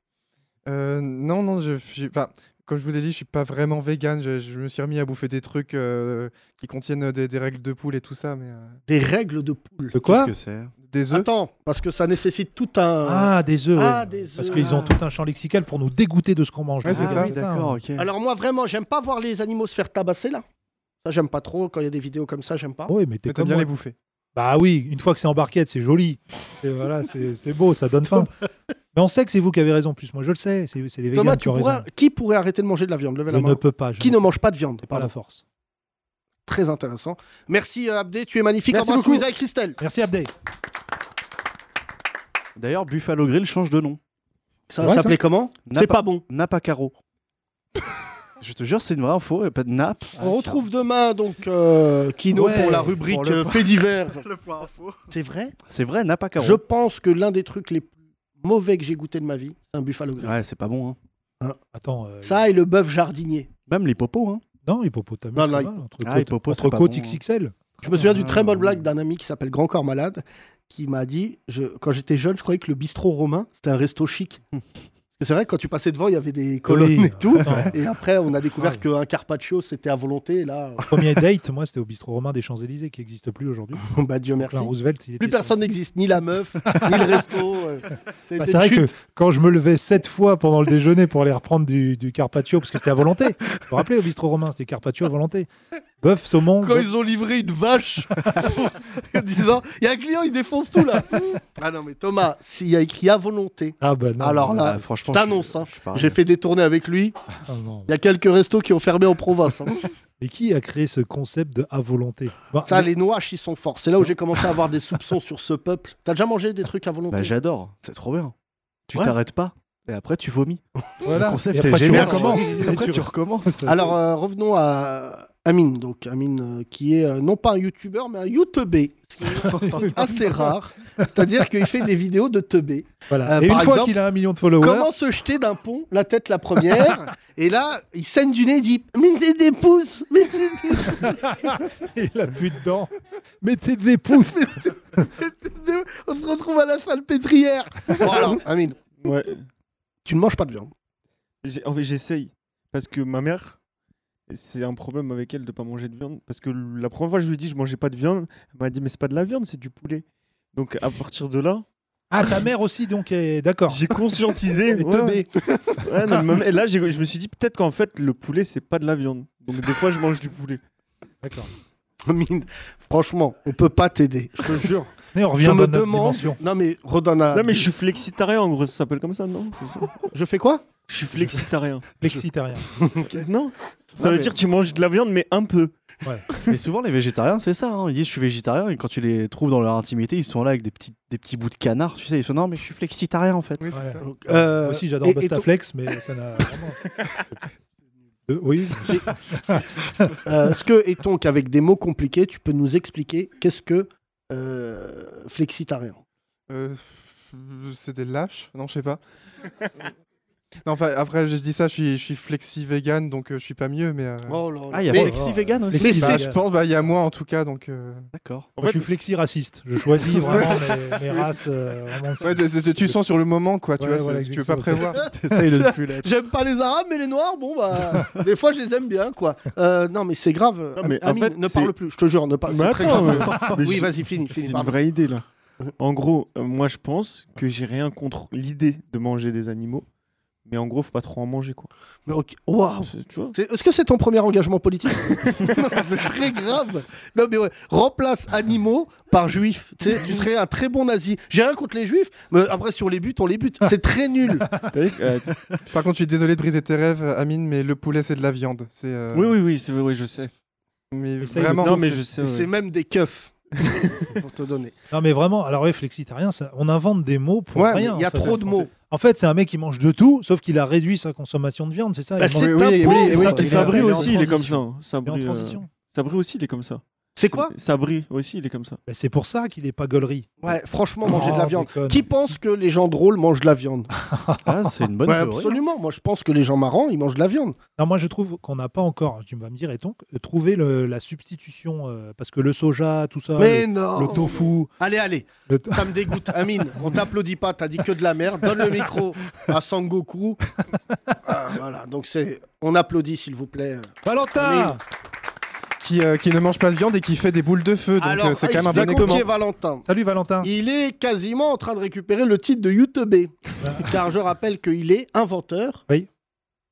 Euh, non, non, je, je- enfin, comme je vous l'ai dit, je suis pas vraiment vegan. Je, je me suis remis à bouffer des trucs euh, qui contiennent des, des règles de poule et tout ça, mais euh, Des règles de poule. De quoi Qu'est-ce que c'est des œufs. Attends, parce que ça nécessite tout un. Ah, des œufs. Ah, ouais. des Parce œufs. qu'ils ont tout un champ lexical pour nous dégoûter de ce qu'on mange. Ouais, c'est Ah, ça. oui, D'accord, ok. Alors moi vraiment, j'aime pas voir les animaux se faire tabasser là. Ça j'aime pas trop quand il y a des vidéos comme ça, j'aime pas. Oui, Ah mais t'es Mais t'aimes comme bien moi. les bouffer. Bah oui, une fois que c'est en barquette, c'est joli. Et voilà, c'est c'est beau, ça donne faim. Mais on sait que c'est vous qui avez raison, plus moi je le sais. C'est c'est les vegans Thomas, qui tu ont pourras- raison. qui pourrait arrêter de manger de la viande Levez Je la main. ne peux pas. Je Qui ne mange pas de viande c'est pas Pardon. la force. Très intéressant. Merci euh, Abdé, tu es magnifique. Merci Embrasse beaucoup. Louisa et Christelle. Merci Abdé. D'ailleurs, Buffalo Grill change de nom. Ça Ouais, ça. s'appelait comment Napa- C'est pas bon. Napa Caro. Je te jure, c'est une vraie info. et Pas de nappe. On retrouve demain donc Oh, euh, Kino Ouais, pour la pour rubrique le euh, point. fait divers. C'est vrai C'est vrai, Napa Caro. Je pense que l'un des trucs les plus mauvais que j'ai goûté de ma vie, c'est un buffalo grill. Ouais, c'est pas bon. Hein. Attends. euh, Ça et le bœuf jardinier. Même les popos. Hein. Non, hippopotame. Non, ça non, va, entre Ah, côtes- hippopo, c'est entre pas côtes bon, hein. XXL. Je me souviens d'une Ah, très bonne ouais. blague d'un ami qui s'appelle Grand Corps Malade qui m'a dit je, quand j'étais jeune, je croyais que le bistrot romain c'était un resto chic. Et c'est vrai, que quand tu passais devant, il y avait des colonnes Oui, et tout. attends. Ah, Et après, on a découvert Ouais. qu'un carpaccio c'était à volonté. Et là, Premier date, moi c'était au bistrot romain des Champs-Élysées qui n'existe plus aujourd'hui. bah Dieu merci. Plein Roosevelt. il était Plus sur- personne n'existe, ni la meuf, ni le resto. euh, ça a Bah, été c'est vrai une que chute. quand je me levais sept fois pendant le déjeuner pour aller reprendre du, du carpaccio, parce que c'était à volonté, vous vous rappelez, au bistrot romain, c'était carpaccio à volonté. Bœuf, saumon. Quand bœuf- ils ont livré une vache, en disant il y a un client, il défonce tout là. ah non, mais Thomas, s'il y a écrit à volonté, Ah bah non. Alors là, Ah, franchement, je t'annonce, hein, je suis pareil. j'ai fait des tournées avec lui. Ah non. Il y a quelques restos qui ont fermé en province. hein. Mais qui a créé ce concept de à volonté Bah, Ça, mais- les noix, ils sont forts. C'est là où j'ai commencé à avoir des soupçons sur ce peuple. T'as déjà mangé des trucs à volonté Bah, j'adore, c'est trop bien. Tu Ouais. t'arrêtes pas et après tu vomis. Le Voilà. concept Et est après, tu génial. recommences. Et Et après, tu recommences. Alors euh, revenons à Amine, donc Amine euh, qui est euh, non pas un youtubeur mais un youtubé, ce qui est assez rare. C'est-à-dire qu'il fait des vidéos de teubé. Voilà. Euh, et par une fois exemple, qu'il a un million de followers, Comment se jeter d'un pont, la tête la première, et là il saigne du nez, il dit mais c'est des pouces, mais c'est des- il appuie dedans. Mettez des pouces. des- on se retrouve à la salle pétrière. Voilà, Amine, Ouais. tu ne manges pas de viande. J'ai- En fait, j'essaye. Parce que ma mère, c'est un problème avec elle de pas manger de viande. Parce que la première fois que je lui ai dit je mangeais pas de viande, elle m'a dit mais c'est pas de la viande, c'est du poulet. Donc à partir de là, Ah, ta mère aussi, donc, est d'accord. j'ai conscientisé. Et ouais, teubé. ouais, non, mais ma mère- et là, j'ai- je me suis dit peut-être qu'en fait le poulet c'est pas de la viande. Donc des fois je mange du poulet. D'accord. Amine, franchement, on peut pas t'aider, je te jure. Mais on je revient dans me notre demande. dimension. Non mais redonne à. Non mais je suis flexitarien en gros, ça s'appelle comme ça, non C'est ça Je fais quoi Je suis flexitarien. Flexitarien. Non Ça veut mais- dire que tu manges de la viande mais un peu. Mais souvent, les végétariens, c'est ça. hein. Ils disent je suis végétarien et quand tu les trouves dans leur intimité, ils sont là avec des petits, des petits bouts de canard. Tu sais, ils sont non, mais je suis flexitarien en fait. Oui, c'est Ouais. ça. Donc, Euh, Moi aussi, j'adore et- et Bastaflex, mais ça n'a vraiment. Euh, oui, Euh, Est-ce que, et donc, avec des mots compliqués, tu peux nous expliquer qu'est-ce que euh, flexitarien Euh, f- c'est des lâches Non, je sais pas. non, enfin, après, je dis ça, je suis, je suis flexi-vegan, donc euh, je suis pas mieux, mais... euh, Ah, il y a Mais- flexi vegan aussi. Mais bah, c'est- je pense, bah, il y a moi en tout cas, donc... euh, D'accord. En Moi, fait- je suis flexi-raciste. Je choisis vraiment Ouais. mes, mes races. euh, vraiment, Ouais, tu, tu- tu sens sur le moment, quoi, tu Ouais, vois, voilà, c'est- tu peux pas exactement, prévoir. T'essayes de ne plus l'être. J'aime pas les arabes, mais les noirs, bon, bah, des fois, je les aime bien, quoi. Euh, non, mais c'est grave. Non, mais en Amine, fait, ne c'est- parle plus, je te jure, ne parle Mais attends, euh, mais Oui, je- vas-y, finis, C'est finis. une pardon. vraie idée là. En gros, euh, moi je pense que j'ai rien contre l'idée de manger des animaux, mais en gros, faut pas trop en manger quoi. Mais ok, waouh. C'est- Tu vois C'est- Est-ce que c'est ton premier engagement politique Non, C'est très grave. Non, mais ouais. Remplace animaux par juifs. Tu, sais, tu serais un très bon nazi. J'ai rien contre les juifs, mais après, sur les buts, on les bute. C'est très nul. T'as vu Euh, Par contre, je suis désolé de briser tes rêves, Amine, mais le poulet, c'est de la viande. C'est, euh, Oui, oui, oui, c'est oui, je sais. Mais Essaye de- vraiment, non, mais c'est- je sais. Et ouais. C'est même des keufs. pour te donner. Non, mais vraiment, alors, ouais, flexitarien, ça- on invente des mots pour Ouais, mais rien. il y a en fait. trop de mots. En fait, c'est un mec qui mange de tout, sauf qu'il a réduit sa consommation de viande, c'est ça Bah, il mange- c'est oui, un oui, pauvre. oui, Et, oui, Sa- il est- et Sabri il est en aussi, il est comme ça. transition. il hein. est en Sabri, euh, transition. Sabri aussi, il est comme ça. C'est quoi Sabri aussi, il est comme ça. Bah, c'est pour ça qu'il est pas gaulerie. Ouais, franchement, manger de la Oh, viande. déconne. Qui pense que les gens drôles mangent de la viande hein. Ah, c'est une bonne Ouais, théorie. absolument. Moi, je pense que les gens marrants, ils mangent de la viande. Non, moi, je trouve qu'on n'a pas encore, tu vas me dire, et donc, trouvé le- la substitution, euh, parce que le soja, tout ça, Mais le, non le tofu, Allez, allez, le to- ça me dégoûte. Amine, on t'applaudit pas, t'as dit que de la merde. Donne le micro à Sangoku. Ah, voilà, donc c'est. On applaudit, s'il vous plaît. Valentin qui, euh, qui ne mange pas de viande et qui fait des boules de feu, donc Alors, ah, euh, c'est quand même un bon exactement. exemple. Valentin. Salut Valentin Il est quasiment en train de récupérer le titre de YouTube. Ah. car je rappelle qu'il est inventeur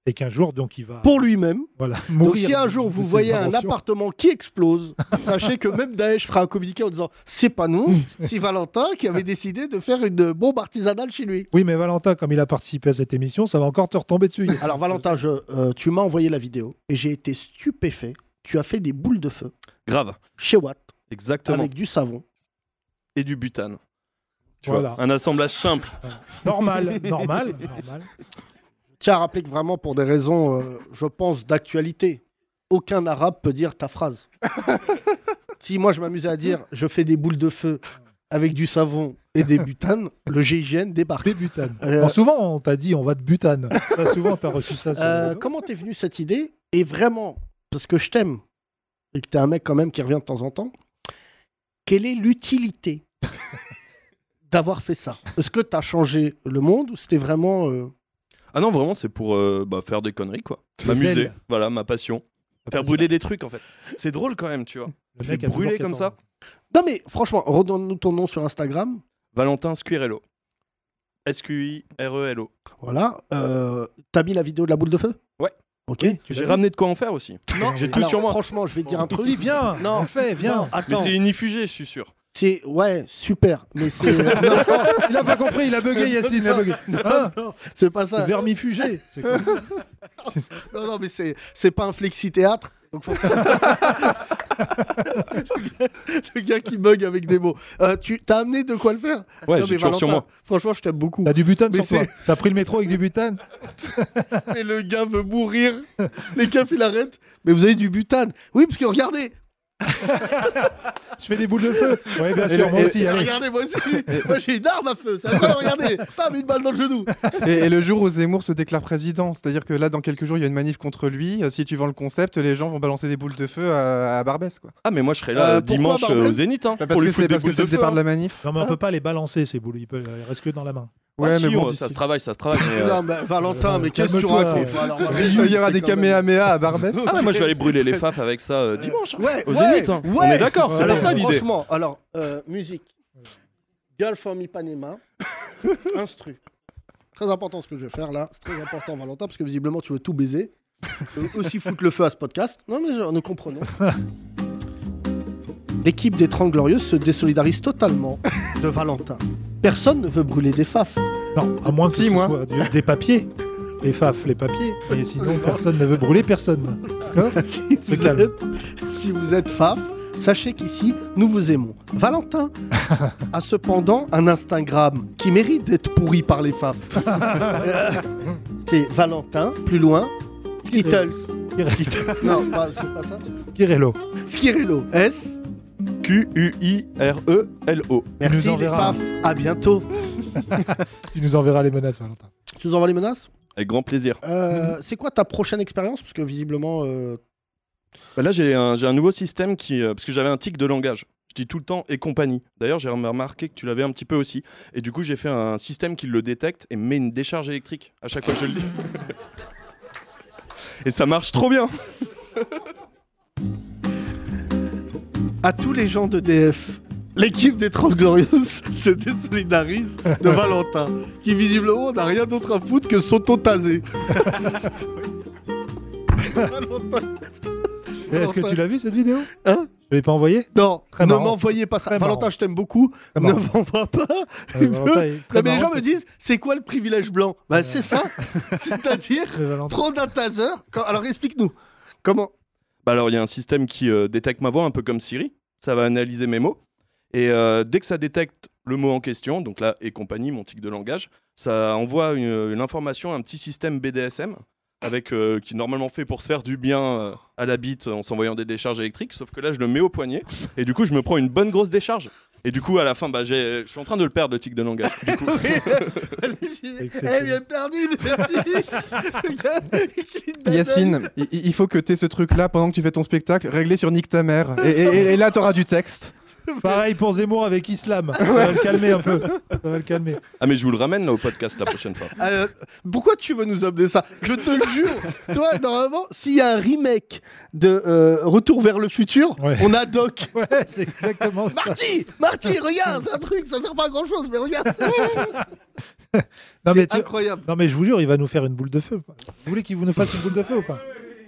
Et qu'un jour, donc, il va pour lui-même. voilà, Donc mourir si un de- jour de vous ses voyez un inventions. appartement qui explose, sachez que même Daesh fera un communiqué en disant c'est pas nous, c'est Valentin qui avait décidé de faire une bombe artisanale chez lui. Oui, mais Valentin, comme il a participé à cette émission, ça va encore te retomber dessus. Yassine. Alors Valentin, je, euh, tu m'as envoyé la vidéo et j'ai été stupéfait. Tu as fait des boules de feu Grave, chez Watt exactement. avec du savon. Et du butane. Tu Voilà. vois, un assemblage simple. Normal, normal, normal. Tiens à rappeler que vraiment pour des raisons, euh, je pense, d'actualité, aucun arabe peut dire ta phrase. si moi je m'amusais à dire je fais des boules de feu avec du savon et des butanes, le GIGN débarque. Des butanes. Euh, Alors, souvent, on t'a dit on va de butane. Ça, souvent, t'as reçu ça sur les Euh, réseaux. comment t'es venu cette idée Et vraiment, parce que je t'aime et que t'es un mec quand même qui revient de temps en temps, quelle est l'utilité d'avoir fait ça Est-ce que t'as changé le monde ou c'était vraiment euh, Ah non, vraiment, c'est pour euh, bah, faire des conneries, quoi. M'amuser. bel. Voilà, ma passion. Faire brûler des trucs, en fait. C'est drôle quand même, tu vois. Le je mec vais a toujours brûler comme 14 ça. ans. hein. Non mais franchement, redonne-nous ton nom sur Instagram. Valentin Squirello. S-Q-I-R-E-L-O. E Voilà. Euh, t'as mis la vidéo de la boule de feu Ouais. Ok. tu J'ai l'as ramené dit de quoi en faire aussi. Non, J'ai tout alors, sur moi. Franchement, je vais te dire un truc. Si, viens, Non, non, fais, viens. Mais attends. c'est unifugé, je suis sûr. C'est ouais, super, mais c'est non, Il a pas compris, il a bugué, Yacine, il a bugué. Hein non, c'est pas ça. Vermifugé. C'est quoi Non, non, mais c'est c'est pas un flexi théâtre. Donc faut- le gars qui bug avec des mots. Euh, tu t'as amené de quoi le faire Ouais, Non, j'ai mais toujours sur Valentin, moi. Franchement, je t'aime beaucoup. T'as du butane Mais sur toi. T'as pris le métro avec du butane Mais le gars veut mourir. Les gars, il arrête. Mais vous avez du butane. Oui, parce que regardez. Je fais des boules de feu. Oui, bien Et sûr, le- moi et- aussi. allez. Regardez, moi aussi. moi, j'ai une arme à feu. Ça va, regardez. Pam, une balle dans le genou. Et, et le jour où Zemmour se déclare président, c'est-à-dire que là, dans quelques jours, il y a une manif contre lui. euh, Si tu vends le concept, les gens vont balancer des boules de feu à, à Barbès, quoi. Ah, mais moi, je serai là Euh, euh, pourquoi dimanche Barbès euh, au Zénith. Hein, Bah, parce pour lui que c'est foutre des parce que boules c'est de le feu. départ hein. de la manif. Ah. Non, mais on peut pas les balancer, ces boules. Ils peuvent- Elles restent que dans la main. Ah, Ouais, mais si, bon, ouais, d'ici- ça se travaille, ça se travaille. mais, euh, Non, mais Valentin, mais qu'est-ce que tu Calme-toi. racontes Alors, il y aura c'est des quand même- Kamehameha à Barbès. Ah, mais moi, je vais aller brûler les faf avec ça euh, dimanche. hein. Ouais, Au ouais, Zénith, hein. On ouais. est d'accord, c'est Alors, pour ça l'idée. Franchement, alors, euh, musique. Girl from Ipanema. Instru. Très important ce que je vais faire là. C'est très important, Valentin, parce que visiblement, tu veux tout baiser. Tu veux aussi foutre le feu à ce podcast. Non, mais genre, nous comprenons. L'équipe des 30 Glorieuses se désolidarise totalement de Valentin. Personne ne veut brûler des faf. Non, à moins que Si, ce moi. soit du- des papiers. Les faf, les papiers. Et sinon, personne ne veut brûler personne. D'accord Si C'est vous, calme. êtes, si vous êtes faf, sachez qu'ici, nous vous aimons. Valentin a cependant un Instagram qui mérite d'être pourri par les faf. c'est Valentin, plus loin, Skittles. non, pas- c'est pas ça. Kirello. Skirello. S. Q-U-I-R-E-L-O. nous Merci les enverra. faf. À bientôt. Tu nous enverras les menaces, Valentin. Mhm. Tu nous envoies les menaces Avec grand plaisir. Euh, C'est quoi ta prochaine expérience Parce que visiblement, euh, Bah là, j'ai un, j'ai un nouveau système qui. euh, parce que j'avais un tic de langage. Je dis tout le temps et compagnie. D'ailleurs, j'ai remarqué que tu l'avais un petit peu aussi. Et du coup, j'ai fait un système qui le détecte et me met une décharge électrique à chaque fois que je le dis. et ça marche trop bien. à tous les gens de DF, l'équipe des 30 Glorieuses se désolidarise de Valentin, qui visiblement n'a rien d'autre à foutre que s'auto-taser. Valentin, Mais Est-ce que tu l'as vu cette vidéo Hein Je l'ai pas envoyé non, Très ne marrant. m'envoyez pas ça. Très Valentin, marrant. je t'aime beaucoup. Très Ne marrant. m'envoie pas. Euh, Valentin est très Non, mais les marrant. gens me disent, c'est quoi le privilège blanc Bah, c'est ça. C'est-à-dire Mais Valentin- prendre un taser. quand- Alors, explique-nous. Comment Bah alors, il y a un système qui euh, détecte ma voix un peu comme Siri. Ça va analyser mes mots. Et euh, dès que ça détecte le mot en question, donc là, et compagnie, mon tic de langage, ça envoie une, une information à un petit système BDSM avec, euh, qui est normalement fait pour se faire du bien euh, à la bite en s'envoyant des décharges électriques. Sauf que là, je le mets au poignet. Et du coup, je me prends une bonne grosse décharge. Et du coup, à la fin, bah, j'ai- je suis en train de le perdre, le tic de langage. Du coup, Exceptionnel. Elle vient perdu, Yacine, il, il faut que tu aies ce truc-là pendant que tu fais ton spectacle, réglé sur Nick ta mère. Et, et- et- et là, t'auras du texte. Pareil pour Zemmour avec Islam. Ça va le calmer un peu. Ça va le calmer. ah, mais je vous le ramène là, au podcast la prochaine fois. Euh, pourquoi tu veux nous amener ça Je te le jure. Toi, normalement, s'il y a un remake de euh, Retour vers le futur, Ouais. on a Doc. Ouais, c'est exactement ça. Marty Marty, regarde, c'est un truc, ça sert pas à grand chose, mais regarde. Non mais, C'est tu- incroyable. non, mais je vous jure, il va nous faire une boule de feu. Vous voulez qu'il vous nous fasse une boule de feu ou pas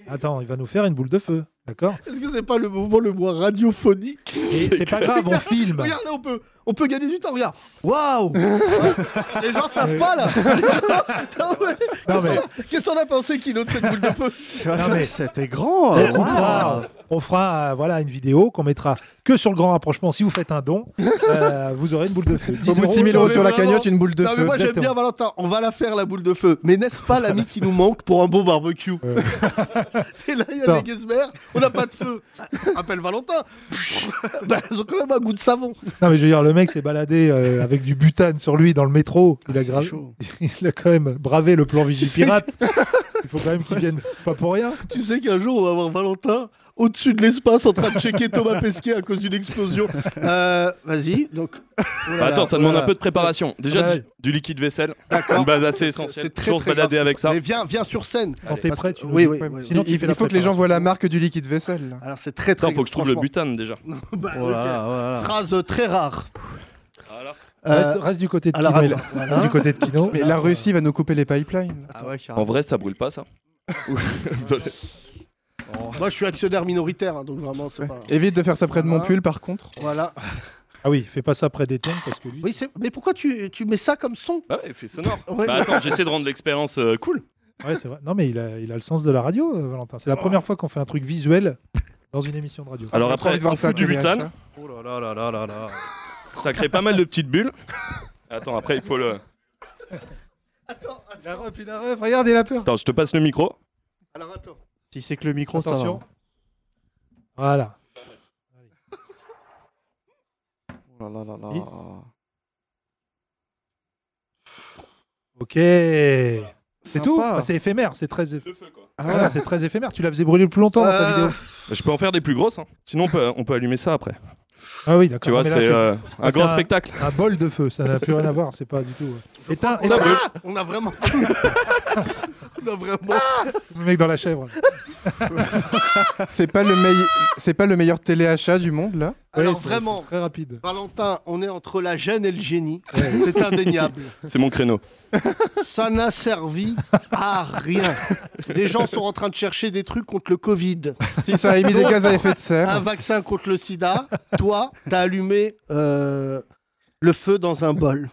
Attends, il va nous faire une boule de feu. D'accord Est-ce que c'est pas le moment le moins radiophonique Et c'est pas grave, on filme. Regarde, là, on peut, on peut gagner du temps, regarde. Waouh Les gens savent pas, là. Les gens- Non, mais- Non mais, Qu'est-ce qu'on a pensé, Kino, de cette boule de feu non, mais C'était grand hein. on fera, on fera, euh, voilà, une vidéo qu'on mettra que sur le grand rapprochement. Si vous faites un don, euh, vous aurez une boule de feu. 10 Au bout de 6000 euros mais sur la vraiment. cagnotte, une boule de non, mais feu. moi j'aime exactement. bien Valentin, on va la faire la boule de feu. Mais n'est-ce pas l'ami qui nous manque pour un beau barbecue Ouais. T'es là, il y a Non. des Guesmer, on n'a pas de feu. Ah, Appelle Valentin. bah, ils ont quand même un goût de savon. Non mais je veux dire, le mec s'est baladé euh, avec du butane sur lui dans le métro. Ah, Il, a, gra- il a quand même bravé le plan Vigipirate. Il faut quand même qu'il vienne pas pour rien. Tu sais qu'un jour on va avoir Valentin au-dessus de l'espace en train de checker Thomas Pesquet à cause d'une explosion. Euh, Vas-y, donc. Oh là Bah, là, attends, ça demande oh là un peu là. de préparation. Déjà, Ouais. du, du liquide vaisselle, D'accord. une base assez essentielle. C'est très, Toujours se très balader grave. avec ça. Ah. Mais viens, viens sur scène. Quand t'es Parce prêt, que- tu nous oui, dis. oui, Ouais, oui, oui. Sinon, il tu fais il la faut que les gens préparation. voient la marque du liquide vaisselle. là. Alors c'est très très. Attends, faut que je trouve le franchement. butane déjà. Bah, Voilà, ok. voilà. Phrase très rare. Euh, Reste, reste du côté de alors, Kino. attends, Reste du côté de Kino. Mais la Russie va nous couper les pipelines. Ah ouais, En vrai, ça brûle pas ça. Moi, je suis actionnaire minoritaire, hein, donc vraiment, c'est pas. Évite de faire ça près de mon Voilà. pull, par contre. Voilà. Ah oui, fais pas ça près des tiennes parce que lui. Oui, c'est- mais pourquoi tu, tu mets ça comme son Bah ouais, fait sonore. Ouais. Bah attends, j'essaie de rendre l'expérience euh, cool. Ouais, c'est vrai. Non, mais il a, il a le sens de la radio, euh, Valentin. C'est la première fois qu'on fait un truc visuel dans une émission de radio. Alors J'ai trop envie après, de voir on ça, fout du TDH, butane. là. Oh là là là là là là. Ça crée pas mal de petites bulles. Attends, après, il faut le. La ref, il la ref. Regarde, il a peur. Attends, je te passe le micro. Alors attends. Si c'est que le micro, Attention. Voilà. ça va. Oh là là là Si. là. Ok. C'est tout. Sympa. Bah, c'est éphémère. C'est très, eff- Ah ouais. voilà, c'est très éphémère. Tu la faisais brûler le plus longtemps dans ta Euh, vidéo. Je peux en faire des plus grosses. hein. Sinon, on peut, on peut allumer ça après. Ah oui, Tu d'accord. vois, Non, mais là, c'est euh, un c'est grand un- spectacle. un bol de feu. Ça n'a plus rien à voir. C'est pas du tout. euh. Éteins, On a, éteins Ah on a vraiment. on a vraiment. le mec dans la chèvre. C'est pas, le meille- c'est pas le meilleur téléachat du monde, là Alors Ouais, c'est- vraiment, c'est Très rapide. Valentin, on est entre la gêne et le génie. C'est indéniable. C'est mon créneau. Ça n'a servi à rien. Des gens sont en train de chercher des trucs contre le Covid. Si ça a émis des gaz à effet de Un serre. vaccin contre le sida. Toi, t'as allumé euh, le feu dans un bol.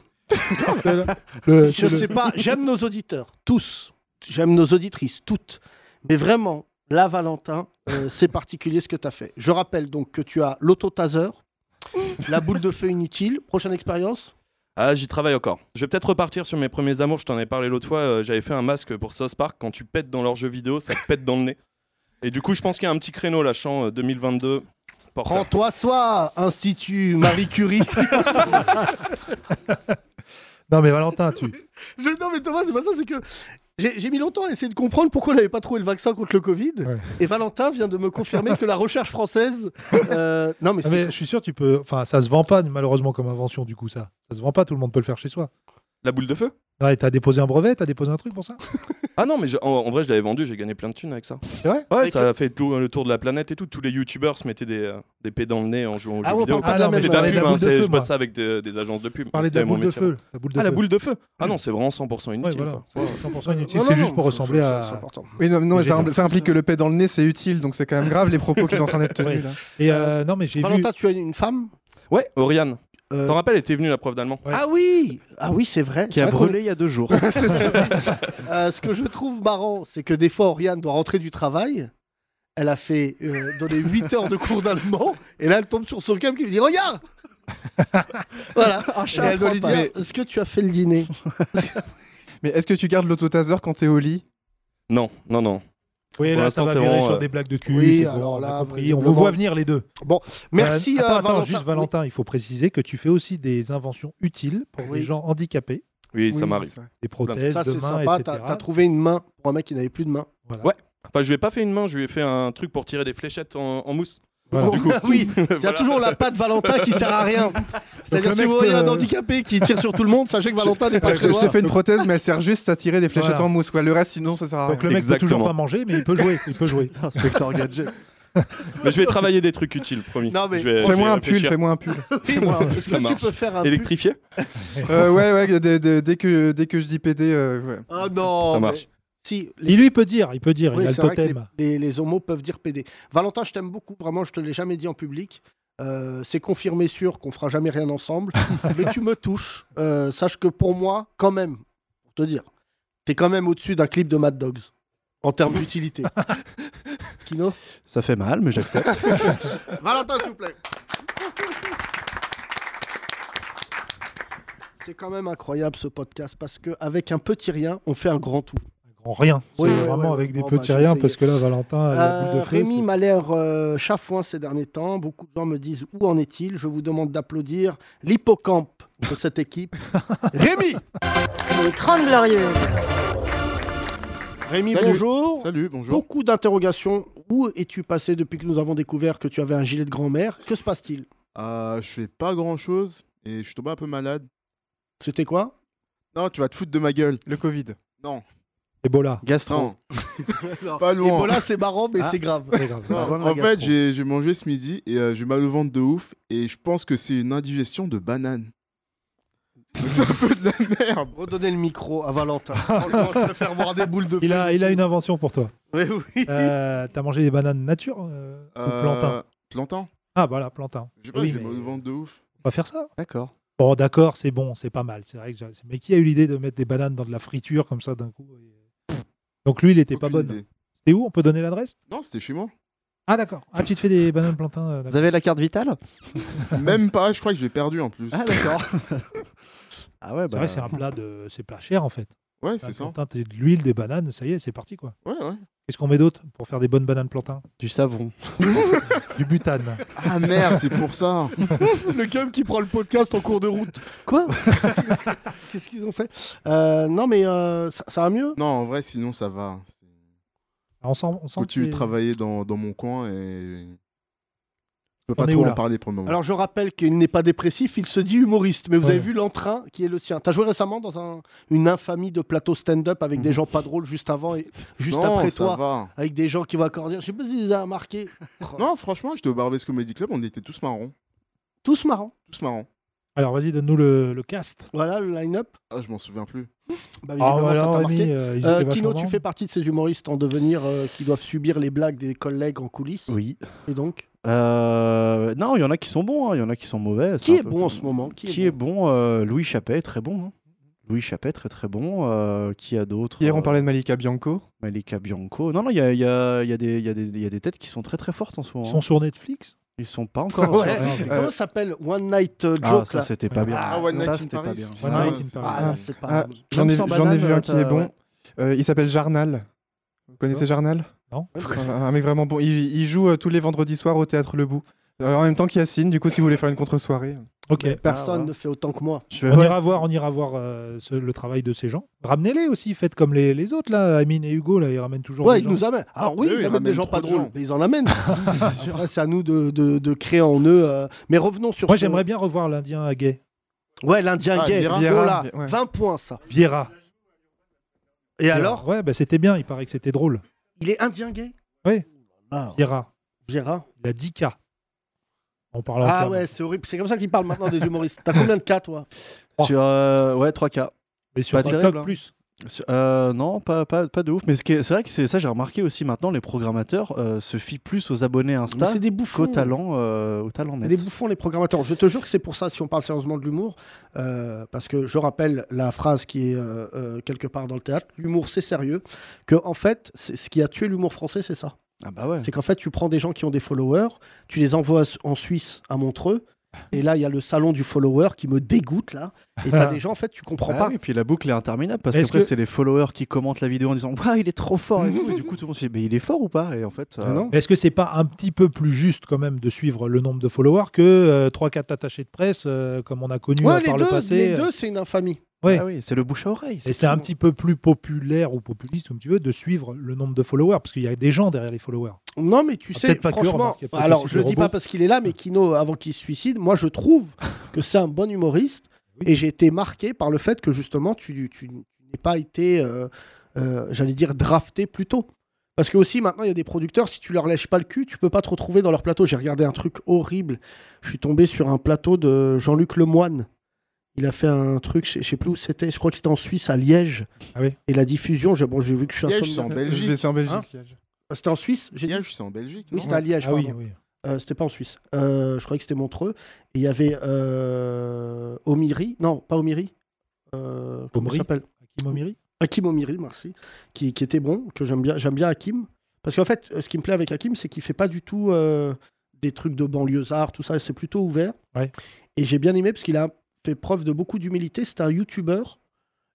Le- Je le- sais pas, j'aime nos auditeurs, tous. J'aime nos auditrices, toutes. Mais vraiment, là, Valentin, euh, c'est particulier ce que tu as fait. Je rappelle donc que tu as l'autotaser, la boule de feu inutile. Prochaine expérience Ah, j'y travaille encore. Je vais peut-être repartir sur mes premiers amours. Je t'en ai parlé l'autre fois. euh, J'avais fait un masque pour Sauce Park. Quand tu pètes dans leurs jeux vidéo, ça te pète dans le nez. Et du coup, je pense qu'il y a un petit créneau euh, lâchant 2022. Porteur. Prends-toi soi, Institut Marie Curie. Non, mais Valentin, tu. Je- non, mais Thomas, c'est pas ça, c'est que. J'ai j'ai mis longtemps à essayer de comprendre pourquoi on n'avait pas trouvé le vaccin contre le Covid. Ouais. Et Valentin vient de me confirmer que la recherche française. euh, Non, mais Ah, c'est. mais je suis sûr, tu peux. Enfin, ça se vend pas malheureusement comme invention du coup ça. Ça se vend pas. Tout le monde peut le faire chez soi. La boule de feu Ouais, t'as déposé un brevet, t'as déposé un truc pour ça Ah non, mais je- en, en vrai, je l'avais vendu. J'ai gagné plein de thunes avec ça. C'est vrai Ouais, Avec ça a fait tout- le tour de la planète et tout. Tous les youtubeurs se mettaient des, euh, des pets dans le nez en jouant aux Ah, jeux ouais, on vidéo. parle pas Ah, de la non, mais même C'est je de la parlais pub, de la hein, boule de c'est- feu, je moi. passe ça avec des, des agences de pub. Parler de C'était la mon boule de métier. feu. La boule de Ah, la feu. boule de feu Ah non, c'est vraiment 100% Ouais, inutile. voilà. quoi. C'est 100% inutile. Non, C'est non, juste non, pour c'est- ressembler c'est- à. c'est important. Oui, non, non, mais ça, J'ai im- ça implique que le paix dans le nez, c'est utile, donc c'est quand même grave les propos qu'ils sont en train d'être tenus, Ouais. là. Et euh, non, mais j'ai vu. Valentin, tu as une femme Ouais, Oriane. Euh, T'en rappelles, elle était venue, la prof d'allemand. Ouais. Ah oui Ah oui, c'est vrai. Qui C'est a vrai qu'on brûlé il y a deux jours. est- euh, ce que je trouve marrant, c'est que des fois, Oriane doit rentrer du travail. Elle a fait euh, donner 8 heures de cours d'allemand. Et là, elle tombe sur son cam qui lui dit Regarde Voilà. Et elle doit lui dire Est-ce que tu as fait le dîner Mais est-ce que tu gardes l'autotaser quand t'es au lit Non, non, non. Oui, Pour là, ça l'instant, va c'est virer vraiment, sur euh, des blagues de cul. oui, c'est bon, alors on a là, compris. On vous visiblement- voit venir les deux. Merci Euh, à attends, attends, Valentin. juste Valentin, il faut préciser que tu fais aussi des inventions utiles pour Oui. les gens handicapés, Oui, ça Oui, m'arrive. c'est vrai. des prothèses Ça, de c'est mains, sympa. etc. T'as t'as trouvé une main pour un mec qui n'avait plus de main. Voilà. Ouais. Enfin, je lui ai pas fait une main, je lui ai fait un truc pour tirer des fléchettes en, en mousse. Voilà. Du coup. Ah oui, il y a Voilà. toujours la patte Valentin qui sert à rien. C'est-à-dire le euh, si mec vous voyez un peut- handicapé qui tire sur tout le monde, sachez que Valentin n'est pas Ouais, euh, je, chez te- je moi. te fais une prothèse, mais elle sert juste à tirer des fléchettes Voilà. en mousse. Quoi. Le reste, sinon, ça sert à rien. Donc le mec peut toujours Exactement. pas manger, mais il peut jouer. Il peut jouer. Inspecteur Gadget. Mais je vais travailler des trucs utiles, promis. Non, mais Je vais- je Fais-moi vais un pull, réfléchir. fais-moi un pull. Dis-moi, Est-ce Ça que tu marche. peux faire un pull Électrifié Euh, ouais, ouais, dès, dès- dès que, dès que je dis PD, euh, ouais. Ah non Ça mais- marche. Si, les... Il lui il peut dire, il peut dire, oui, il a le c'est vrai que totem. les, les- les homos peuvent dire PD. Valentin, je t'aime beaucoup, vraiment, je te l'ai jamais dit en public. Euh, c'est confirmé sûr qu'on fera jamais rien ensemble, mais tu me touches. Euh, sache que pour moi, quand même, pour te dire, t'es quand même au-dessus d'un clip de Mad Dogs en termes d'utilité. Kino Ça fait mal, mais j'accepte. Valentin, s'il vous plaît. C'est quand même incroyable ce podcast parce que avec un petit rien, on fait un grand tout. Grand rien. C'est Oui, oui, vraiment oui, avec oui. des Bon, bah, petits j'ai riens essayé. parce que là, Valentin, la boule Euh, de feu, Rémi c'est- m'a l'air euh, chafouin ces derniers temps. Beaucoup de gens me disent où en est-il. Je vous demande d'applaudir l'hippocampe de cette équipe. Rémi Les 30 Glorieuses. Rémi, Salut. bonjour. Salut, bonjour. Beaucoup d'interrogations. Où es-tu passé depuis que nous avons découvert que tu avais un gilet de grand-mère Que se passe-t-il Euh, je fais pas grand chose et je suis tombé un peu malade. C'était quoi Non, tu vas te foutre de ma gueule. le Covid. Non, Ebola. Gastro. non. Pas loin. Ebola, c'est marrant, mais Ah. c'est grave. Très grave. Non, en fait, j'ai j'ai mangé ce midi et euh, j'ai mal au ventre de ouf et je pense que c'est une indigestion de banane. C'est un peu de la merde. Redonnez le micro à Valentin. Franchement, je préfère voir des boules de Il a, il a une invention pour toi. Oui, oui. Euh, T'as mangé des bananes nature euh, ou plantain Plantain Ah, voilà, plantain. Je sais pas, Oui, j'ai mais mal au ventre de ouf. On va faire ça. D'accord. Bon, d'accord, c'est bon, c'est pas mal. C'est vrai que j'ai- mais qui a eu l'idée de mettre des bananes dans de la friture comme ça d'un coup et- euh. Donc lui, il était pas bonne. C'était où On peut donner l'adresse Non, c'était chez moi. Ah d'accord. Ah, tu te fais des bananes plantain. euh, d'accord. Vous avez la carte vitale Même pas, je crois que je l'ai perdu en plus. Ah, d'accord. ah ouais, C'est vrai, c'est un plat de, c'est plat cher en fait. Ouais, Bah, c'est ça. plantain, t'es de l'huile, des bananes, ça y est, c'est parti quoi. Ouais, ouais. Qu'est-ce qu'on met d'autre pour faire des bonnes bananes plantain Du savon. du butane. Ah merde, c'est pour ça. le cum qui prend le podcast en cours de route. Quoi Qu'est-ce qu'ils ont fait Euh, Non, mais euh, ça, ça va mieux Non, en vrai, sinon ça va. Ah, On sent, on sent que Continue de t'es- travailler dans, dans mon coin et. Je peux On pas est trop où, là en parler pour le moment. Alors je rappelle qu'il n'est pas dépressif, il se dit humoriste. Mais vous Ouais. avez vu l'entrain qui est le sien. T'as joué récemment dans un- une infamie de plateau stand-up avec des gens pas drôles juste avant et juste Non, après ça toi, va. avec des gens qui vont accorder. Je sais pas si vous avez remarqué. Non, franchement, j'étais au Barbès Comedy Club, on était tous marrons. Tous marrants. Tous marrants. Alors vas-y, donne-nous le, le cast. Voilà le line-up. Ah, je m'en souviens plus. Bah, Ah, visiblement, voilà, ça t'a Rémi, marqué. euh, ils Euh, étaient Kino, vachement tu fais partie de ces humoristes en devenir euh, qui doivent subir les blagues des collègues en coulisses. Oui. Et donc Euh, non, il y en a qui sont bons, hein, il y en a qui sont mauvais. c'est Qui un est peu bon comme- en ce moment Qui, est bon, euh, Louis Chappet est très bon. hein. Louis Chappet est très très bon. euh, qui a d'autres Hier, on euh, parlait de Malika Bianco. Malika Bianco. Non, non, il y a, il y a- il y a des- il y a des- il y a des têtes qui sont très très fortes en ce moment. Ils sont sur Netflix. Ils sont pas encore. Ouais. sur- Comment ça s'appelle One Night euh, Ah, Joke ça, là c'était pas bien. Ah, One Ça, Night in c'était pas Paris. bien. One Night in Paris. Ah, c'est pas. Ah, j'en ai, Même sans j'en ai vu euh, banane, un qui t'as- est bon. ouais. Euh, il s'appelle Jarnal. Vous connaissez Jarnal Non. Un un mec vraiment bon. Il, il joue euh, tous les vendredis soirs au théâtre Le Bou. Euh, en même temps qu'Yacine, du coup, si vous voulez faire une contre-soirée. Ok. Personne ne fait autant que moi. Je vais- On ira voir, on ira voir euh, ce- le travail de ces gens. Ramenez-les aussi, faites comme les, les autres là, Amine et Hugo là, ils ramènent toujours. Ouais, des ils gens. nous amènent. Ah, Alors oui, Eux, ils ils amènent des ramènent gens trop pas de drôles, gens. Ah, mais ils en amènent. Après, c'est à nous de, de- de créer en eux. euh, Mais revenons sur Moi, ce- j'aimerais bien revoir l'Indien à gay. Ouais, l'Indien Ah, gay. Viera. oh Viera, là, ouais. 20 points ça. Viera. Et alors Ouais, bah c'était bien, il paraît que c'était drôle. Il est Indien gay Oui. Ah, Viera, Viera. il a 10 cas. On Oh, parle en Ah termes. ouais, c'est horrible. C'est comme ça qu'ils parlent maintenant des humoristes. T'as combien de cas toi Sur, euh, ouais, 3K. Mais sur Pas TikTok terrible, hein. plus. Sur- euh, non, pas, pas, pas de ouf. Mais ce qui est- c'est vrai que c'est ça, j'ai remarqué aussi maintenant, les programmateurs euh, se fient plus aux abonnés Mais Insta C'est des qu'aux bouffons. talents, euh, aux talents C'est net. des bouffons, les programmateurs. Je te jure que c'est pour ça, si on parle sérieusement de l'humour, euh, parce que je rappelle la phrase qui est euh, euh, quelque part dans le théâtre l'humour, c'est sérieux. Que, en fait, c'est- ce qui a tué l'humour français, c'est ça. Ah bah ouais. C'est qu'en fait, tu prends des gens qui ont des followers, tu les envoies en Suisse, à Montreux, et là, il y a le salon du follower qui me dégoûte, là. Et t'as des gens, en fait, tu comprends Ah pas. oui, puis la boucle est interminable parce Est-ce qu'après que- c'est les followers qui commentent la vidéo en disant waouh il est trop fort et tout et du coup tout le monde se dit mais il est fort ou pas et en fait euh, Ah non Mais Est-ce que c'est pas un petit peu plus juste quand même de suivre le nombre de followers que 3-4 attachés de presse euh, comme on a connu euh, Ouais, les par deux, le passé les deux, c'est une infamie. Ouais. ah oui, c'est le bouche à oreille Et c'est un tout. petit peu plus populaire ou populiste, comme tu veux, de suivre le nombre de followers, parce qu'il y a des gens derrière les followers. Non, mais tu Ah, sais, peut-être pas que, franchement, remarque, il y a peut-être alors aussi je le des dis pas robots. parce qu'il est là, mais Kino, avant qu'il se suicide, moi je trouve que c'est un bon humoriste Oui. et j'ai été marqué par le fait que justement tu, tu n'aies pas été, euh, euh, j'allais dire, drafté plus tôt. Parce que aussi maintenant il y a des producteurs, si tu leur lèches pas le cul, tu peux pas te retrouver dans leur plateau. J'ai regardé un truc horrible. Je suis tombé sur un plateau de Jean-Luc Lemoine. Il a fait un truc, je sais- je sais plus où c'était, je crois que c'était en Suisse, à Liège. Ah oui. Et la diffusion, j'ai bon, j'ai vu que je suis un Liège, c'est en somnambule. Belgique. C'est en Belgique. Hein Liège. C'était en Suisse J'ai dit Liège, c'est en Belgique. Oui, non c'était à Liège. Ah oui, pardon. oui. Euh, c'était pas en Suisse. Euh, je croyais que c'était Montreux. Et il y avait euh, Omiri. Non, pas Omiri. Euh, comment Omri. il s'appelle Hakim Omiri Hakim Omiri, merci. Qui, qui était bon, que j'aime bien. J'aime bien Hakim. Parce qu'en fait, euh, ce qui me plaît avec Hakim, c'est qu'il fait pas du tout euh, des trucs de banlieusard, tout ça. C'est plutôt ouvert. Ouais. Et j'ai bien aimé parce qu'il a fait preuve de beaucoup d'humilité. C'est un YouTuber.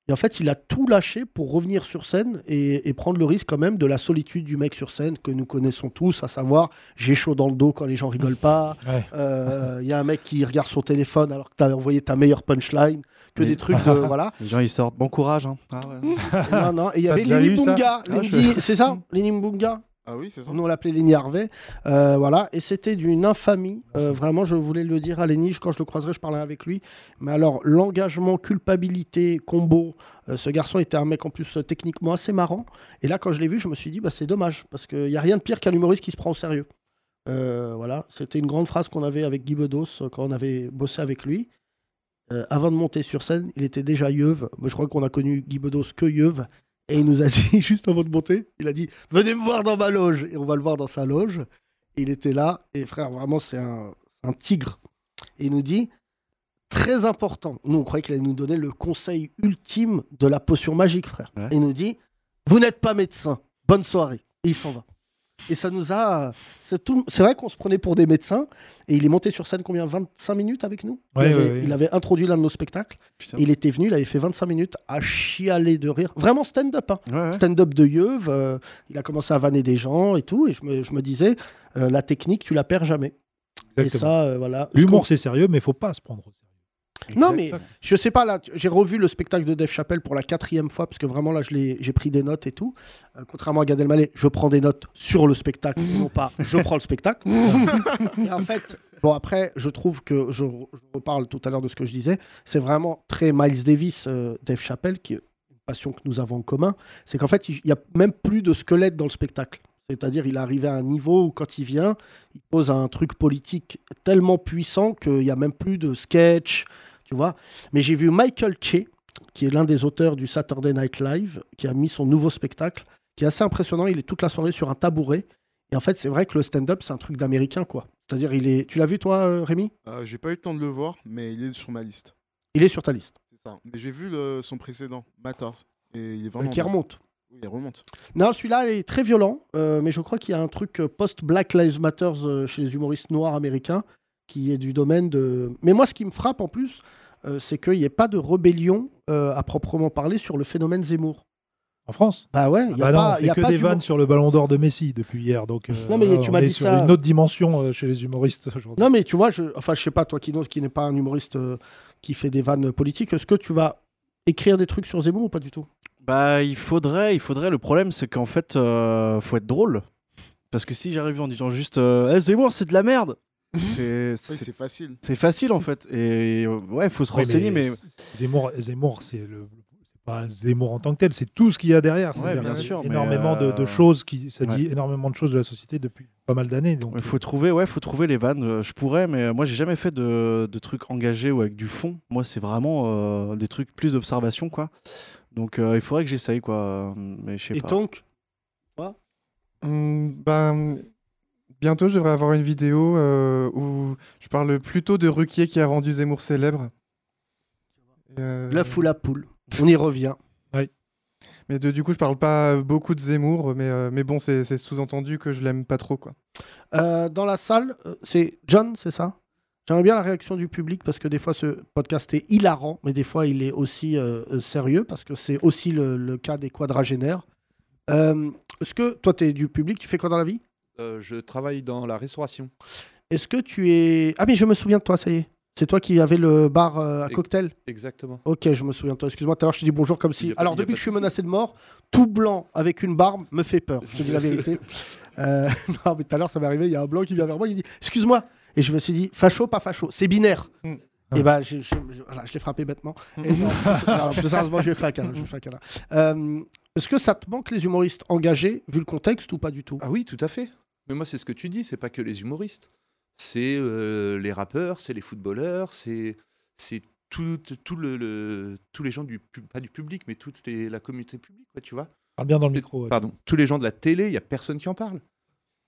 Et en fait, il a tout lâché pour revenir sur scène et, et prendre le risque quand même de la solitude du mec sur scène que nous connaissons tous, à savoir j'ai chaud dans le dos quand les gens rigolent pas. Ouais. Euh, Il y a un mec qui regarde son téléphone alors que t'as envoyé ta meilleure punchline, que Mais- des trucs de voilà. les gens ils sortent bon courage hein. Ah ouais. Non non. Et il y T'as avait déjà Lenny eu ça Bunga, Ah, je- Lenny- c'est ça, Lenny Bunga. Ah oui, c'est ça. Nous on l'appelait Lenny Harvey. Euh, voilà. Et c'était d'une infamie. Euh, vraiment, je voulais le dire à Lenny. je- Quand je le croiserai, je parlerai avec lui. Mais alors, l'engagement, culpabilité, combo. euh, ce garçon était un mec en plus euh, techniquement assez marrant. Et là, quand je l'ai vu, je me suis dit, bah, c'est dommage parce qu'il y a rien de pire qu'un humoriste qui se prend au sérieux. Euh, voilà, c'était une grande phrase qu'on avait avec Guy Bedos euh, quand on avait bossé avec lui. euh, avant de monter sur scène, il était déjà yeuve. Moi, je crois qu'on a connu Guy Bedos que yeuve. Et il nous a dit, juste avant de monter, il a dit Venez me voir dans ma loge. Et on va le voir dans sa loge. Et il était là. Et frère, vraiment, c'est un, un tigre. Et il nous dit Très important. Nous, on croyait qu'il allait nous donner le conseil ultime de la potion magique, frère. Et il nous dit Vous n'êtes pas médecin. Bonne soirée. Et il s'en va. Et ça nous a. C'est tout- c'est vrai qu'on se prenait pour des médecins. Et il est monté sur scène combien 25 minutes avec nous Ouais, il, avait, ouais, ouais. il avait introduit l'un de nos spectacles. Il était venu, il avait fait 25 minutes à chialer de rire. Vraiment stand-up. hein. Stand-up de Yeuve. euh, il a commencé à vanner des gens et tout. Et je me, je me disais, euh, la technique, tu la perds jamais. Et Exactement. ça, euh, voilà. L'humour, c'est sérieux, mais faut pas se prendre au sérieux. Non, mais je sais pas, là, tu- j'ai revu le spectacle de Dave Chappelle pour la quatrième fois, parce que vraiment, là, je l'ai- j'ai pris des notes et tout. Euh, contrairement à Gad Elmaleh, je prends des notes sur le spectacle, non pas je prends le spectacle. Et en fait, bon, après, je trouve que, je, je reparle tout à l'heure de ce que je disais, c'est vraiment très Miles Davis, euh, Dave Chappelle, qui est une passion que nous avons en commun, c'est qu'en fait, il n'y a même plus de squelette dans le spectacle. C'est-à-dire, il est arrivé à un niveau où, quand il vient, il pose un truc politique tellement puissant qu'il n'y a même plus de sketch, tu vois. Mais j'ai vu Michael Che, qui est l'un des auteurs du Saturday Night Live, qui a mis son nouveau spectacle, qui est assez impressionnant. Il est toute la soirée sur un tabouret. Et en fait, c'est vrai que le stand-up, c'est un truc d'américain, quoi. C'est-à-dire, il est. Tu l'as vu, toi, euh, Rémi Euh, j'ai pas eu le temps de le voir, mais il est sur ma liste. Il est sur ta liste. C'est ça. Mais j'ai vu le- son précédent, Matters. Et il est vraiment. Euh, qui bon. remonte. Oui, il remonte. Non, celui-là il est très violent, euh, mais je crois qu'il y a un truc euh, post-Black Lives Matter euh, chez les humoristes noirs américains qui est du domaine de. Mais moi, ce qui me frappe en plus, euh, c'est qu'il n'y ait pas de rébellion euh, à proprement parler sur le phénomène Zemmour. En France Bah ouais, il n'y Bah a non, on pas, fait il y a que pas des d'humour. vannes sur le ballon d'or de Messi depuis hier. Donc, euh, Non, mais voilà, tu on m'as est dit sur ça. une autre dimension euh, chez les humoristes aujourd'hui. Non, mais tu vois, je, enfin, je sais pas, toi qui, n'ose- qui n'est pas un humoriste euh, qui fait des vannes politiques, est-ce que tu vas écrire des trucs sur Zemmour ou pas du tout Bah, il faudrait, il faudrait. Le problème, c'est qu'en fait, euh, faut être drôle. Parce que si j'arrive en disant juste euh, Eh, Zemmour, c'est de la merde, c'est Oui, c'est facile. c'est facile en fait. Et euh, ouais, faut se Oui, mais renseigner, mais. Z- Zemmour, Zemmour, c'est le. c'est Pas Zemmour en tant que tel, c'est tout ce qu'il y a derrière. Ouais, C'est-à-dire bien qu'il y a sûr, mais, énormément de, de euh, choses qui, ça dit ouais. énormément de choses de la société depuis pas mal d'années. Donc, Il faut trouver, ouais, faut trouver les vannes. Euh, Je pourrais, mais euh, moi j'ai jamais fait de, de trucs engagés ou avec du fond. Moi c'est vraiment euh, des trucs plus d'observation quoi. Donc euh, il faudrait que j'essaye quoi. Mais je sais Et pas. donc, Hum, ben, bientôt, je devrais avoir une vidéo euh, où je parle plutôt de Ruquier qui a rendu Zemmour célèbre. la Euh, foule à poule, on y revient. Mais de- du coup, je parle pas beaucoup de Zemmour, mais, euh, mais bon, c'est c'est sous-entendu que je l'aime pas trop, quoi. Euh, dans la salle, euh, c'est John, c'est ça J'aimerais bien la réaction du public parce que des fois ce podcast est hilarant, mais des fois il est aussi euh, euh, sérieux parce que c'est aussi le, le cas des quadragénaires. Euh, Est-ce que toi tu es du public, tu fais quoi dans la vie Euh, je travaille dans la restauration. Est-ce que tu es... Ah mais je me souviens de toi, ça y est. C'est toi qui avais le bar euh, à Ex- cocktail Exactement. Ok, je me souviens de toi. Excuse-moi, tout à l'heure je te dis bonjour comme si... pas- Alors il y a depuis pas de que je suis menacé de mort, tout blanc avec une barbe me fait peur, je te dis la vérité. Euh, non, mais tout à l'heure, ça m'est arrivé, il y a un blanc qui vient vers moi, il dit Excuse-moi. Et je me suis dit Facho, pas facho, c'est binaire. Mm. Et bah, je, je- je- voilà, je l'ai frappé bêtement. Et non, plus- alors, plus sérieusement, je lui ai fait un câlin, je lui ai fait un câlin. Euh, Est-ce que ça te manque les humoristes engagés, vu le contexte ou pas du tout Ah oui, tout à fait. Mais moi, c'est ce que tu dis, c'est pas que les humoristes. C'est euh, les rappeurs, c'est les footballeurs, c'est c'est tout, tout le, le- tous les gens du pub- pas du public, mais toute les- la communauté publique, quoi, tu vois. Parle bien dans le micro. ouais. Pardon, tous les gens de la télé, il y a personne qui en parle.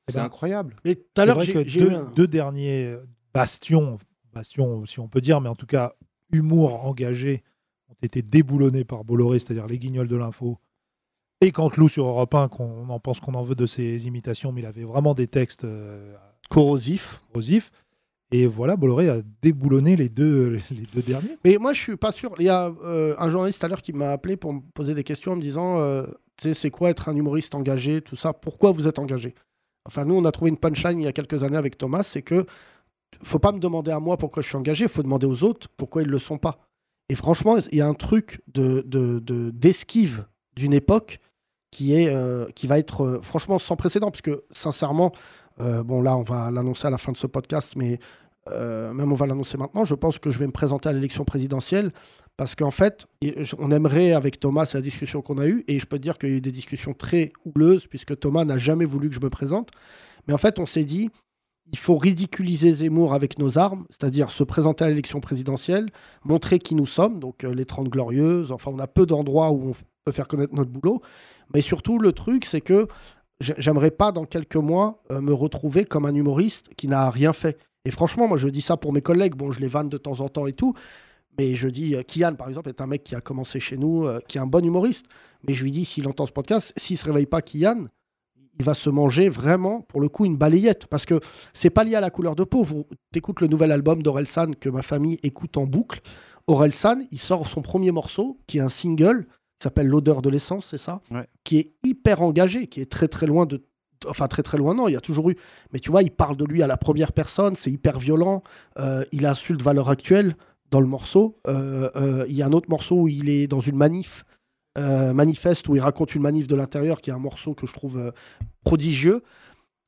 C'est ben, incroyable. Eh Mais C'est vrai que deux, deux derniers euh, bastions, bastions, si on peut dire, mais en tout cas, humour engagé, ont été déboulonnés par Bolloré, c'est-à-dire les guignols de l'info. Et Canteloup sur Europe 1, qu'on en pense qu'on en veut de ses imitations, mais il avait vraiment des textes euh, corrosifs. corrosifs. Et voilà, Bolloré a déboulonné les deux, les deux derniers. Mais moi, je suis pas sûr. Il y a euh, un journaliste tout à l'heure qui m'a appelé pour me poser des questions en me disant euh, Tu sais, c'est quoi être un humoriste engagé, tout ça Pourquoi vous êtes engagé Enfin, nous, on a trouvé une punchline il y a quelques années avec Thomas c'est que faut pas me demander à moi pourquoi je suis engagé faut demander aux autres pourquoi ils le sont pas. Et franchement, il y a un truc d'esquive de, de, d'esquive d'une époque qui, est, euh, qui va être euh, franchement sans précédent, parce que sincèrement, euh, bon là on va l'annoncer à la fin de ce podcast, mais euh, même on va l'annoncer maintenant, je pense que je vais me présenter à l'élection présidentielle, parce qu'en fait, et je- on aimerait avec Thomas, c'est la discussion qu'on a eue, et je peux te dire qu'il y a eu des discussions très houleuses, puisque Thomas n'a jamais voulu que je me présente, mais en fait on s'est dit, il faut ridiculiser Zemmour avec nos armes, c'est-à-dire se présenter à l'élection présidentielle, montrer qui nous sommes, donc euh, les 30 glorieuses, enfin on a peu d'endroits où on f- peut faire connaître notre boulot, mais surtout le truc c'est que j'a- j'aimerais pas dans quelques mois euh, me retrouver comme un humoriste qui n'a rien fait. Et franchement, moi je dis ça pour mes collègues, bon je les vanne de temps en temps et tout, mais je dis, euh, Kian, par exemple, est un mec qui a commencé chez nous, euh, qui est un bon humoriste. Mais je lui dis, s'il entend ce podcast, s'il se réveille pas, Kian, il va se manger vraiment, pour le coup, une balayette. Parce que c'est pas lié à la couleur de peau. Vous écoutes le nouvel album d'Orelsan que ma famille écoute en boucle. Orelsan, il sort son premier morceau, qui est un single, qui s'appelle L'odeur de l'essence, c'est ça Qui est hyper engagé, qui est très très loin de. Enfin, très très loin, non, il y a toujours eu. Mais tu vois, il parle de lui à la première personne, c'est hyper violent, euh, il insulte valeur actuelle dans le morceau. Euh, euh, il y a un autre morceau où il est dans une manif, euh, manifeste, où il raconte une manif de l'intérieur, qui est un morceau que je trouve euh, prodigieux.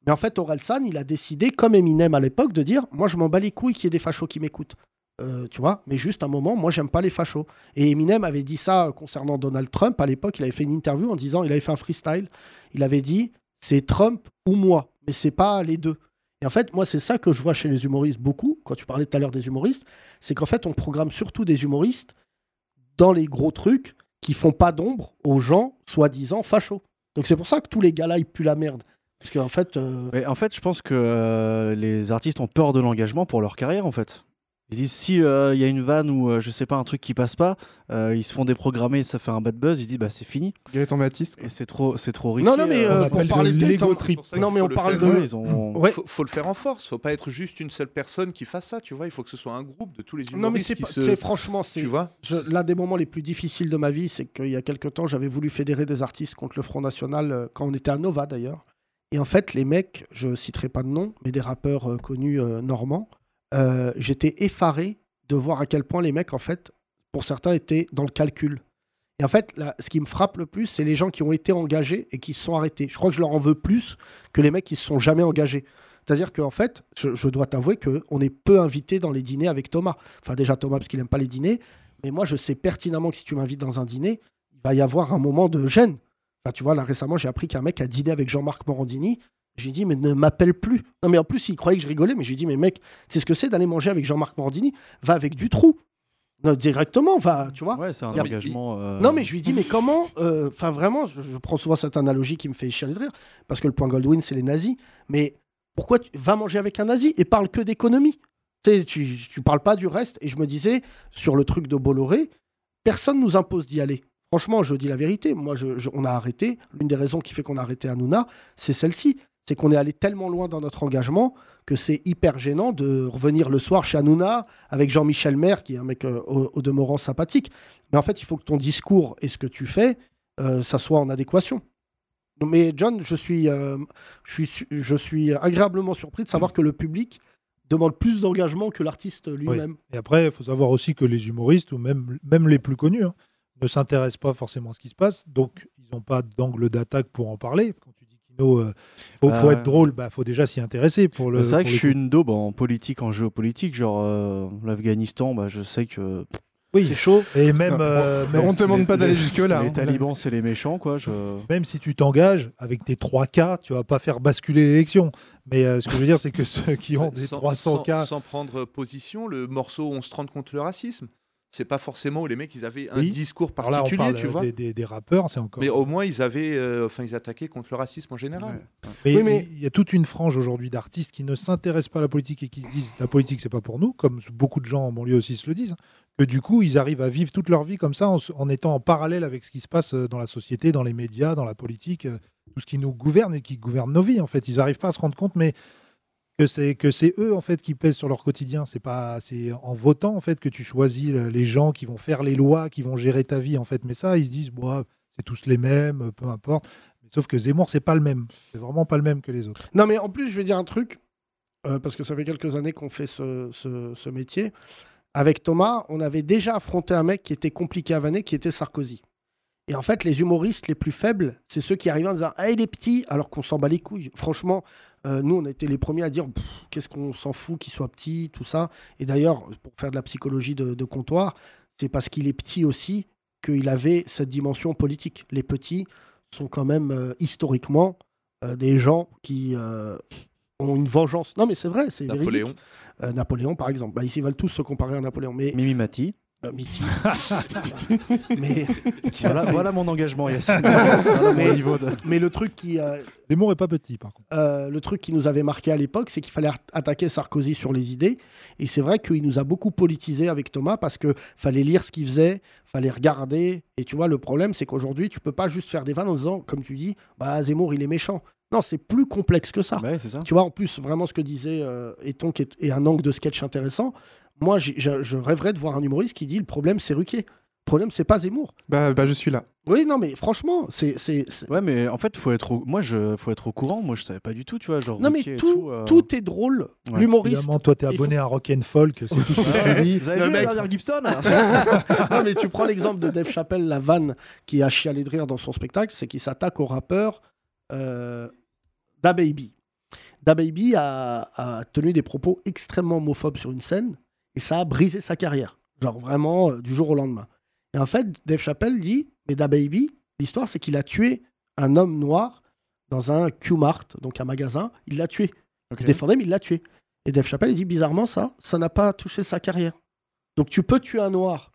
Mais en fait, Orelsan, il a décidé, comme Eminem à l'époque, de dire Moi, je m'en bats les couilles qu'il y ait des fachos qui m'écoutent. Euh, tu vois, mais juste un moment, moi, j'aime pas les fachos. Et Eminem avait dit ça euh, concernant Donald Trump à l'époque. Il avait fait une interview en disant Il avait fait un freestyle. Il avait dit C'est Trump ou moi, mais c'est pas les deux. Et en fait, moi, c'est ça que je vois chez les humoristes beaucoup, quand tu parlais tout à l'heure des humoristes, c'est qu'en fait, on programme surtout des humoristes dans les gros trucs qui font pas d'ombre aux gens soi-disant fachos. Donc c'est pour ça que tous les gars-là, ils puent la merde. Parce qu'en fait, euh, Mais en fait, je pense que euh, les artistes ont peur de l'engagement pour leur carrière, en fait. Ils disent si euh, il y a une vanne ou euh, je sais pas un truc qui passe pas, euh, ils se font déprogrammer et ça fait un bad buzz. Ils disent bah c'est fini. Gaëtan Matisse. Et c'est trop, c'est trop risqué. Non, non, mais euh, pour parler de hein. l'ego trip. Non, mais on parle de. Ils ont... faut, faut le faire en force. Faut pas être juste une seule personne qui fasse ça. Tu vois, il faut que ce soit un groupe de tous les humains. Non, mais c'est pas- c'est franchement, c'est Tu vois je- l'un des moments les plus difficiles de ma vie, c'est qu'il y a quelques temps, j'avais voulu fédérer des artistes contre le Front National euh, quand on était à Nova d'ailleurs. Et en fait, les mecs, je citerai pas de nom, mais des rappeurs euh, connus euh, normands, euh, j'étais effaré de voir à quel point les mecs, en fait, pour certains, étaient dans le calcul. Et en fait, là, ce qui me frappe le plus, c'est les gens qui ont été engagés et qui se sont arrêtés. Je crois que je leur en veux plus que les mecs qui se sont jamais engagés. C'est-à-dire qu'en fait, je, je dois t'avouer qu'on est peu invité dans les dîners avec Thomas. Enfin, déjà Thomas, parce qu'il n'aime pas les dîners. Mais moi, je sais pertinemment que si tu m'invites dans un dîner, il va y avoir un moment de gêne. Enfin, tu vois, là récemment, j'ai appris qu'un mec a dîné avec Jean-Marc Morandini. J'ai dit, mais ne m'appelle plus. Non, mais en plus, il croyait que je rigolais, mais j'ai dit, mais mec, c'est ce que c'est d'aller manger avec Jean-Marc Morandini Va avec du trou. Non, directement, va, tu vois. Ouais, c'est un Il y a- engagement. euh, non, mais je lui dis, mais comment euh, Enfin, vraiment, je, je prends souvent cette analogie qui me fait chialer de rire, parce que le point Goldwyn, c'est les nazis. Mais pourquoi tu vas manger avec un nazi et parle que d'économie Tu sais, Tu tu parles pas du reste. Et je me disais, sur le truc de Bolloré, personne nous impose d'y aller. Franchement, je dis la vérité. Moi, je- je- on a arrêté. L'une des raisons qui fait qu'on a arrêté Hanouna, c'est celle-ci. C'est qu'on est allé tellement loin dans notre engagement que c'est hyper gênant de revenir le soir chez Hanouna avec Jean-Michel Maire, qui est un mec euh, au, au demeurant sympathique. Mais en fait, il faut que ton discours et ce que tu fais, euh, ça soit en adéquation. Non, Mais John, je suis, euh, je suis, su- je suis agréablement surpris de savoir que le public demande plus d'engagement que l'artiste Oui. lui-même. Et après, il faut savoir aussi que les humoristes, ou même, même les plus connus, hein, ne s'intéressent pas forcément à ce qui se passe. Donc, ils n'ont pas d'angle d'attaque pour en parler. Quand tu dis Kino, euh, faut, Bah faut ouais. être drôle, bah faut déjà s'y intéresser pour le. Bah, c'est vrai que pour je le suis une daube en politique, en géopolitique. Genre, euh, l'Afghanistan, bah, je sais que. Oui. c'est chaud. Et même, Ah, euh, même si- les- les- Les talibans, c'est les méchants, quoi. Je... Même si tu t'engages avec tes 3 cas, tu vas pas faire basculer l'élection. Mais euh, ce que je veux dire, c'est que ceux qui ont des sans, 300 sans- cas, sans prendre position, le morceau On se rend contre le racisme, c'est pas forcément où les mecs ils avaient un Oui. discours Alors là, on particulier, parle, tu euh, vois. des- des- des rappeurs, c'est encore- Mais au moins ils avaient, euh, enfin ils attaquaient contre le racisme en général. Mais il y a toute une frange aujourd'hui d'artistes qui ne s'intéressent pas à la politique et qui se disent la politique c'est pas pour nous, comme beaucoup de gens en banlieue aussi se le disent, que du coup ils arrivent à vivre toute leur vie comme ça en, s- en étant en parallèle avec ce qui se passe euh, dans la société, dans les médias, dans la politique, euh, tout ce qui nous gouverne et qui gouverne nos vies en fait. Ils n'arrivent pas à se rendre compte, mais que c'est que c'est eux en fait qui pèsent sur leur quotidien. C'est pas c'est en votant en fait que tu choisis le- les gens qui vont faire les lois, qui vont gérer ta vie en fait. Mais ça ils se disent bah, c'est tous les mêmes, peu importe. Mais sauf que Zemmour c'est pas le même, c'est vraiment pas le même que les autres. Non, mais en plus, je vais dire un truc, euh, parce que ça fait quelques années qu'on fait ce, ce- ce métier. Avec Thomas, on avait déjà affronté un mec qui était compliqué à vanner, qui était Sarkozy. Et en fait, les humoristes les plus faibles, c'est ceux qui arrivent en disant Ah, il est petit, alors qu'on s'en bat les couilles. Franchement, euh, nous, on était les premiers à dire Pff, Qu'est-ce qu'on s'en fout qu'il soit petit, tout ça. Et d'ailleurs, pour faire de la psychologie de, de comptoir, c'est parce qu'il est petit aussi qu'il avait cette dimension politique. Les petits sont quand même euh, historiquement euh, des gens qui euh, ont une vengeance. Non, mais c'est vrai, c'est Napoléon. véridique. Euh, Napoléon, par exemple. Bah, ici, ils veulent tous se comparer à Napoléon. Mais... Euh, Mimi Mati. Miti. mais... Voilà- voilà mon engagement, Yacine. Voilà mon mais, niveau de- mais le truc qui... euh, Zemmour est pas petit, par contre. euh, le truc qui nous avait marqué à l'époque, c'est qu'il fallait at- attaquer Sarkozy sur les idées. Et c'est vrai qu'il nous a beaucoup politisé avec Thomas parce que fallait lire ce qu'il faisait, fallait regarder. Et tu vois, le problème, c'est qu'aujourd'hui, tu peux pas juste faire des vannes en disant, comme tu dis, bah Zemmour, il est méchant. Non, c'est plus complexe que Bah ça. Tu vois, en plus, vraiment ce que disait euh, Eton, qui est, est un angle de sketch intéressant. Moi, j'ai- je je rêverais de voir un humoriste qui dit le problème, c'est Ruquier. Le problème, c'est pas Zemmour. Bah, bah, je suis là. Oui, non, mais franchement, c'est. c'est- c'est- Ouais, mais en fait, faut être au... moi, je... faut être au courant. Moi, je savais pas du tout, tu vois. Genre, Non, mais Ruquier et tout, euh. tout est drôle. Ouais. L'humoriste. Évidemment, toi, t'es il faut- abonné à Rock and Folk, c'est tout ce que tu dis. Vous avez vu la dernière Gibson non, mais tu prends l'exemple de Dave Chappelle, la vanne qui a chialé de rire dans son spectacle, c'est qu'il s'attaque au rappeur euh, Da Baby. Da Baby a, a tenu des propos extrêmement homophobes sur une scène et ça a brisé sa carrière. Genre vraiment euh, du jour au lendemain. Et en fait, Dave Chappelle dit Mais Da Baby, l'histoire, c'est qu'il a tué un homme noir dans un Q-Mart, donc un magasin. Il l'a tué. Il se défendait, mais il l'a tué. Et Dave Chappelle, il dit bizarrement ça, ça n'a pas touché sa carrière. Donc tu peux tuer un noir,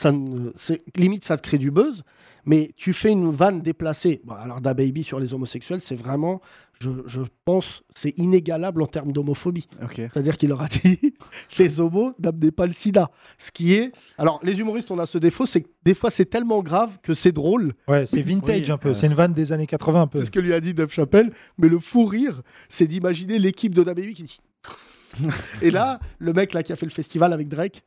ça ne- c'est limite ça te crée du buzz, mais tu fais une vanne déplacée. Bon, alors Da Baby sur les homosexuels, c'est vraiment, je, je pense, c'est inégalable en termes d'homophobie. C'est-à-dire qu'il leur a dit, les homos n'amenez pas le sida. Ce qui est, alors les humoristes, on a ce défaut, c'est que des fois c'est tellement grave que c'est drôle. Ouais, c'est vintage Oui, un peu. euh, C'est une vanne des années 80 un peu. c'est ce que lui a dit Dave Chappelle. Mais le fou rire, c'est d'imaginer l'équipe de Baby qui dit. et là, le mec là qui a fait le festival avec Drake,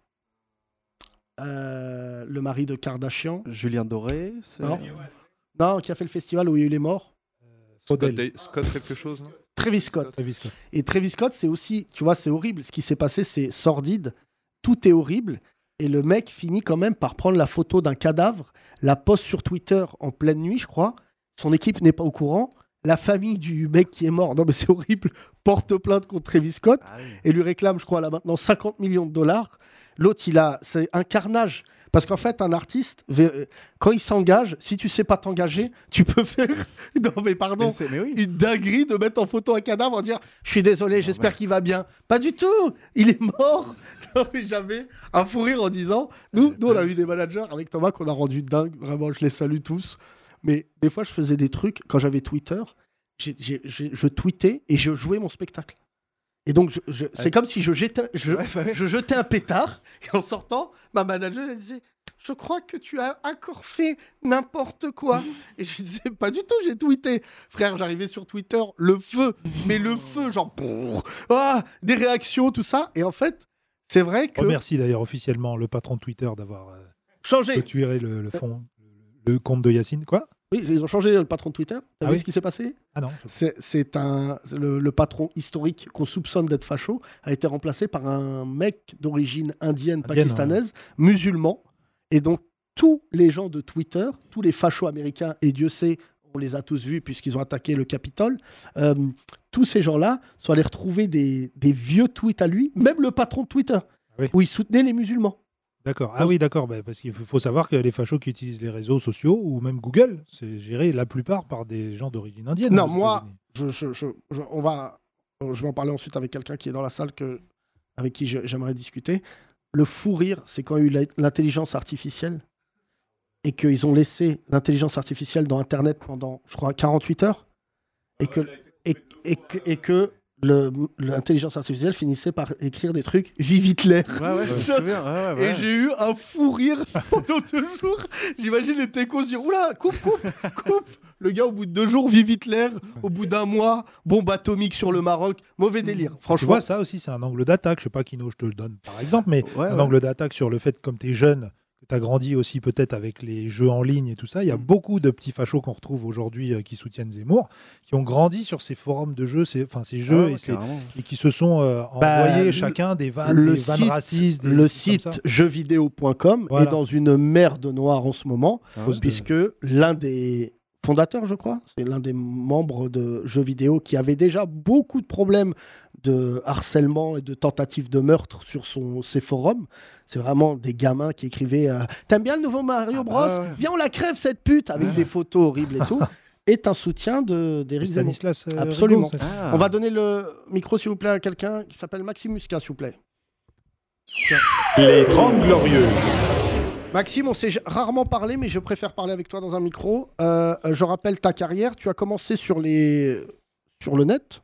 euh, le mari de Kardashian, Julien Doré. c'est- non, non, qui a fait le festival où il y a eu les morts, Scott, Scott quelque chose, non Travis Scott. Et Travis Scott, c'est aussi, tu vois, c'est horrible. Ce qui s'est passé, c'est sordide. Tout est horrible. Et le mec finit quand même par prendre la photo d'un cadavre, la poste sur Twitter en pleine nuit, je crois. Son équipe n'est pas au courant. La famille du mec qui est mort, non mais c'est horrible, porte plainte contre Travis Scott et lui réclame, je crois, là maintenant 50 millions de dollars. L'autre, il a, c'est un carnage. Parce qu'en fait, un artiste, vé- quand il s'engage, si tu sais pas t'engager, tu peux faire, non mais pardon, une dinguerie de mettre en photo un cadavre en dire Je suis désolé, j'espère qu'il va bien. Pas du tout Il est mort Non mais j'avais un fou rire en disant Nous, nous on a eu des managers avec Thomas qu'on a rendu dingue, vraiment, je les salue tous. Mais des fois, je faisais des trucs quand j'avais Twitter, j'ai- j'ai- j'ai- je tweetais et je jouais mon spectacle. Et donc, je- je- c'est Ouais. comme si je jetais, je, je jetais un pétard et en sortant, ma manager elle disait Je crois que tu as encore fait n'importe quoi. et je lui disais Pas du tout, j'ai tweeté. Frère, j'arrivais sur Twitter, le feu, mais le feu, genre, brrr, ah, des réactions, tout ça. Et en fait, c'est vrai que. Remercie d'ailleurs officiellement le patron de Twitter d'avoir euh, Changé. clôturé le, le fond, le compte de Yacine. Quoi Oui, ils ont changé le patron de Twitter. T'as Ah vu oui ce qui s'est passé Ah non. C'est- C'est un le, le patron historique qu'on soupçonne d'être facho a été remplacé par un mec d'origine indienne, pakistanaise, musulman, et donc tous les gens de Twitter, tous les fachos américains, et Dieu sait, on les a tous vus puisqu'ils ont attaqué le Capitole, euh, tous ces gens-là sont allés retrouver des, des vieux tweets à lui, même le patron de Twitter, Ah où il soutenait les musulmans. D'accord. Ah oui, d'accord. bah, parce qu'il faut savoir que les fachos qui utilisent les réseaux sociaux ou même Google, c'est géré la plupart par des gens d'origine indienne. hein, Non, aux moi, je, je- je- je- on va, euh, je vais en parler ensuite avec quelqu'un qui est dans la salle que, avec qui je- j'aimerais discuter. Le fou rire, c'est quand il y a eu la- l'intelligence artificielle et qu'ils ont laissé l'intelligence artificielle dans Internet pendant, je crois, 48 heures et que, et, et que, et que le- l'intelligence artificielle finissait par écrire des trucs Vive Hitler Ouais, ouais, je me souviens, ouais, ouais, ouais. Et j'ai eu un fou rire pendant deux jours. J'imagine les techos dire Oula, coupe, coupe, coupe Le gars, au bout de deux jours, vive Hitler. Au bout d'un mois, bombe atomique sur le Maroc. Mauvais délire. Tu Franchement, vois, ça aussi, c'est un angle d'attaque. Je sais pas, Kino, je te le donne par exemple, mais un ouais. angle d'attaque sur le fait que comme tu es jeune, que tu as grandi aussi peut-être avec les jeux en ligne et tout ça, il y a Mm. beaucoup de petits fachos qu'on retrouve aujourd'hui euh, qui soutiennent Zemmour, qui ont grandi sur ces forums de jeux, ces, enfin, ces jeux Ah ouais, et, ces- carrément. et qui se sont euh, Ah Bah, envoyés le- chacun des vannes, des vannes racistes. des le trucs comme ça. site jeuxvideo.com Voilà. est dans une mer de noir en ce moment, Ah ouais. puisque l'un des fondateurs, je crois, c'est l'un des membres de jeux vidéo qui avait déjà beaucoup de problèmes de harcèlement et de tentatives de meurtre sur son, ses forums. C'est vraiment des gamins qui Ah, écrivaient euh, T'aimes bien le nouveau Mario Bros ouais. Viens, on la crève cette pute avec des photos horribles et tout. est un soutien de d'Éric Zemmour. Stanislas, euh, Absolument. Rigaud, ça. On va donner le micro, s'il vous plaît, à quelqu'un qui s'appelle Maxime Muscat, s'il vous plaît. Les 30 Glorieuses. Maxime, on s'est j- rarement parlé, mais je préfère parler avec toi dans un micro. Euh, euh, je rappelle ta carrière. Tu as commencé sur, les... sur le net.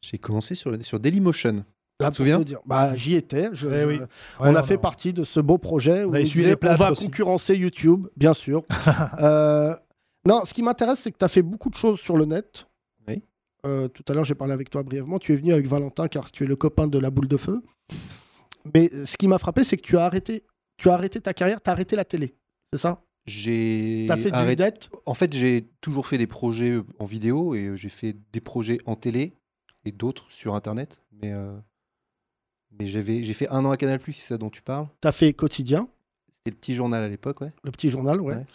J'ai commencé sur, le- sur Dailymotion. tu Ah, pour te souviens te dire. Bah, J'y étais. je- Eh je- oui. on Ouais, a on fait a- partie de ce beau projet où a on, essuyé disait, les plâtres on va aussi. concurrencer YouTube, bien sûr. Euh, non, ce qui m'intéresse, c'est que tu as fait beaucoup de choses sur le net. Oui. Euh, tout à l'heure, j'ai parlé avec toi brièvement. Tu es venu avec Valentin car tu es le copain de la boule de feu. Mais euh, ce qui m'a frappé, c'est que tu as arrêté, tu as arrêté ta carrière, tu as arrêté la télé. C'est ça J'ai T'as fait du arrêté- net En fait, j'ai toujours fait des projets euh, en vidéo et euh, j'ai fait des projets en télé et d'autres sur Internet. Mais, euh, mais j'avais... j'ai fait un an à Canal+, c'est ça dont tu parles. Tu as fait quotidien, C'était le petit journal à l'époque, ouais. le petit journal, ouais. Ouais.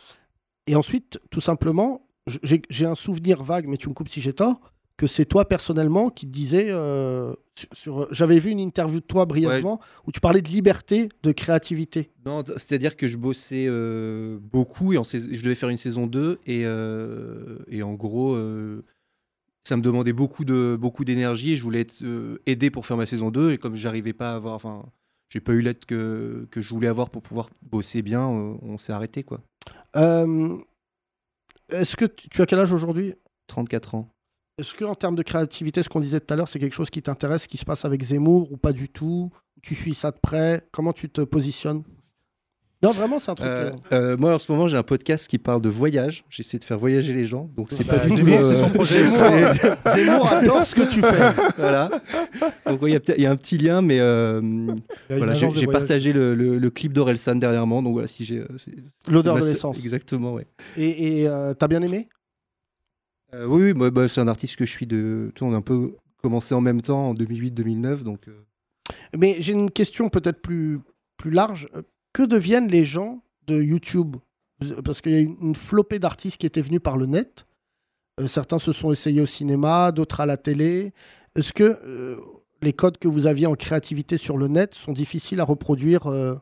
Et ensuite, tout simplement, j- j'ai j'ai un souvenir vague, mais tu me coupes si j'ai tort, que c'est toi personnellement qui te disais. euh, sur, sur- J'avais vu une interview de toi brièvement où tu parlais de liberté, de créativité. Non, t- c'est-à-dire que je bossais euh, beaucoup et en sais- je devais faire une saison 2 et, euh, et en gros, euh, ça me demandait beaucoup de beaucoup d'énergie et je voulais être euh, aidé pour faire ma saison 2 et comme j'arrivais pas à avoir, enfin, j'ai pas eu l'aide que, que je voulais avoir pour pouvoir bosser bien, on, on s'est arrêté quoi. Euh, Est-ce que tu tu as quel âge aujourd'hui 34 ans. Est-ce que en termes de créativité, ce qu'on disait tout à l'heure, c'est quelque chose qui t'intéresse, ce qui se passe avec Zemmour ou pas du tout Tu suis ça de près Comment tu te positionnes Non, vraiment, c'est un truc. Euh, euh, euh, moi en ce moment j'ai un podcast qui parle de voyage, j'essaie de faire voyager les gens, donc c'est Bah, pas du tout. euh, Zemmour, c'est son projet. Zemmour- c'est- Zemmour adore ce que tu fais. voilà. Donc ouais, il y a peut-être- il y, a un petit lien, mais euh, y a une voilà, j'ai agence de j'ai voyage. partagé le, le- le clip d'Orelsan dernièrement, donc voilà si j'ai euh, c'est- L'odeur ma de se- l'essence. Exactement, ouais. Et et, euh, t'as bien aimé Euh, oui, oui, bah, bah, c'est un artiste que je suis de. tu vois, on a un peu commencé en même temps en 2008-2009, donc. euh, Mais j'ai une question peut-être plus, plus large. Euh, Que deviennent les gens de YouTube Vous- Parce qu'il y a une, une flopée d'artistes qui étaient venus par le net. Euh, certains se sont essayés au cinéma, d'autres à la télé. Est-ce que euh, les codes que vous aviez en créativité sur le net sont difficiles à reproduire euh,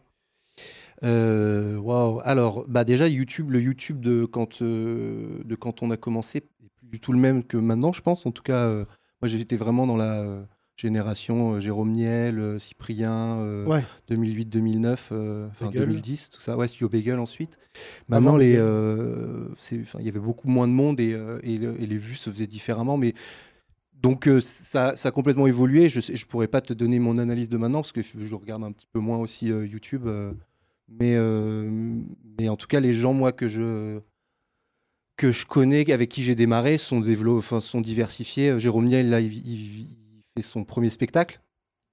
Euh, Waouh. Alors, bah déjà YouTube, le YouTube de quand euh, de quand on a commencé, n'est plus du tout le même que maintenant, je pense. En tout cas, euh, moi j'étais vraiment dans la euh, génération euh, Jérôme Niel, euh, Cyprien, euh, Ouais. 2008-2009, euh, enfin Bagel. 2010, tout ça. Ouais, Studio Bagel ensuite. Avant Maintenant, Bah, les, Bagel. euh, c'est- enfin, il y avait beaucoup moins de monde et, euh, et le- et les vues se faisaient différemment, mais donc euh, ça, ça a complètement évolué. Je ne je pourrais pas te donner mon analyse de maintenant parce que je regarde un petit peu moins aussi euh, YouTube. euh, mais, euh, mais en tout cas, les gens moi que je que je connais, avec qui j'ai démarré, sont développés, enfin, sont diversifiés. Euh, Jérôme Niel, là, il, il- il fait son premier spectacle.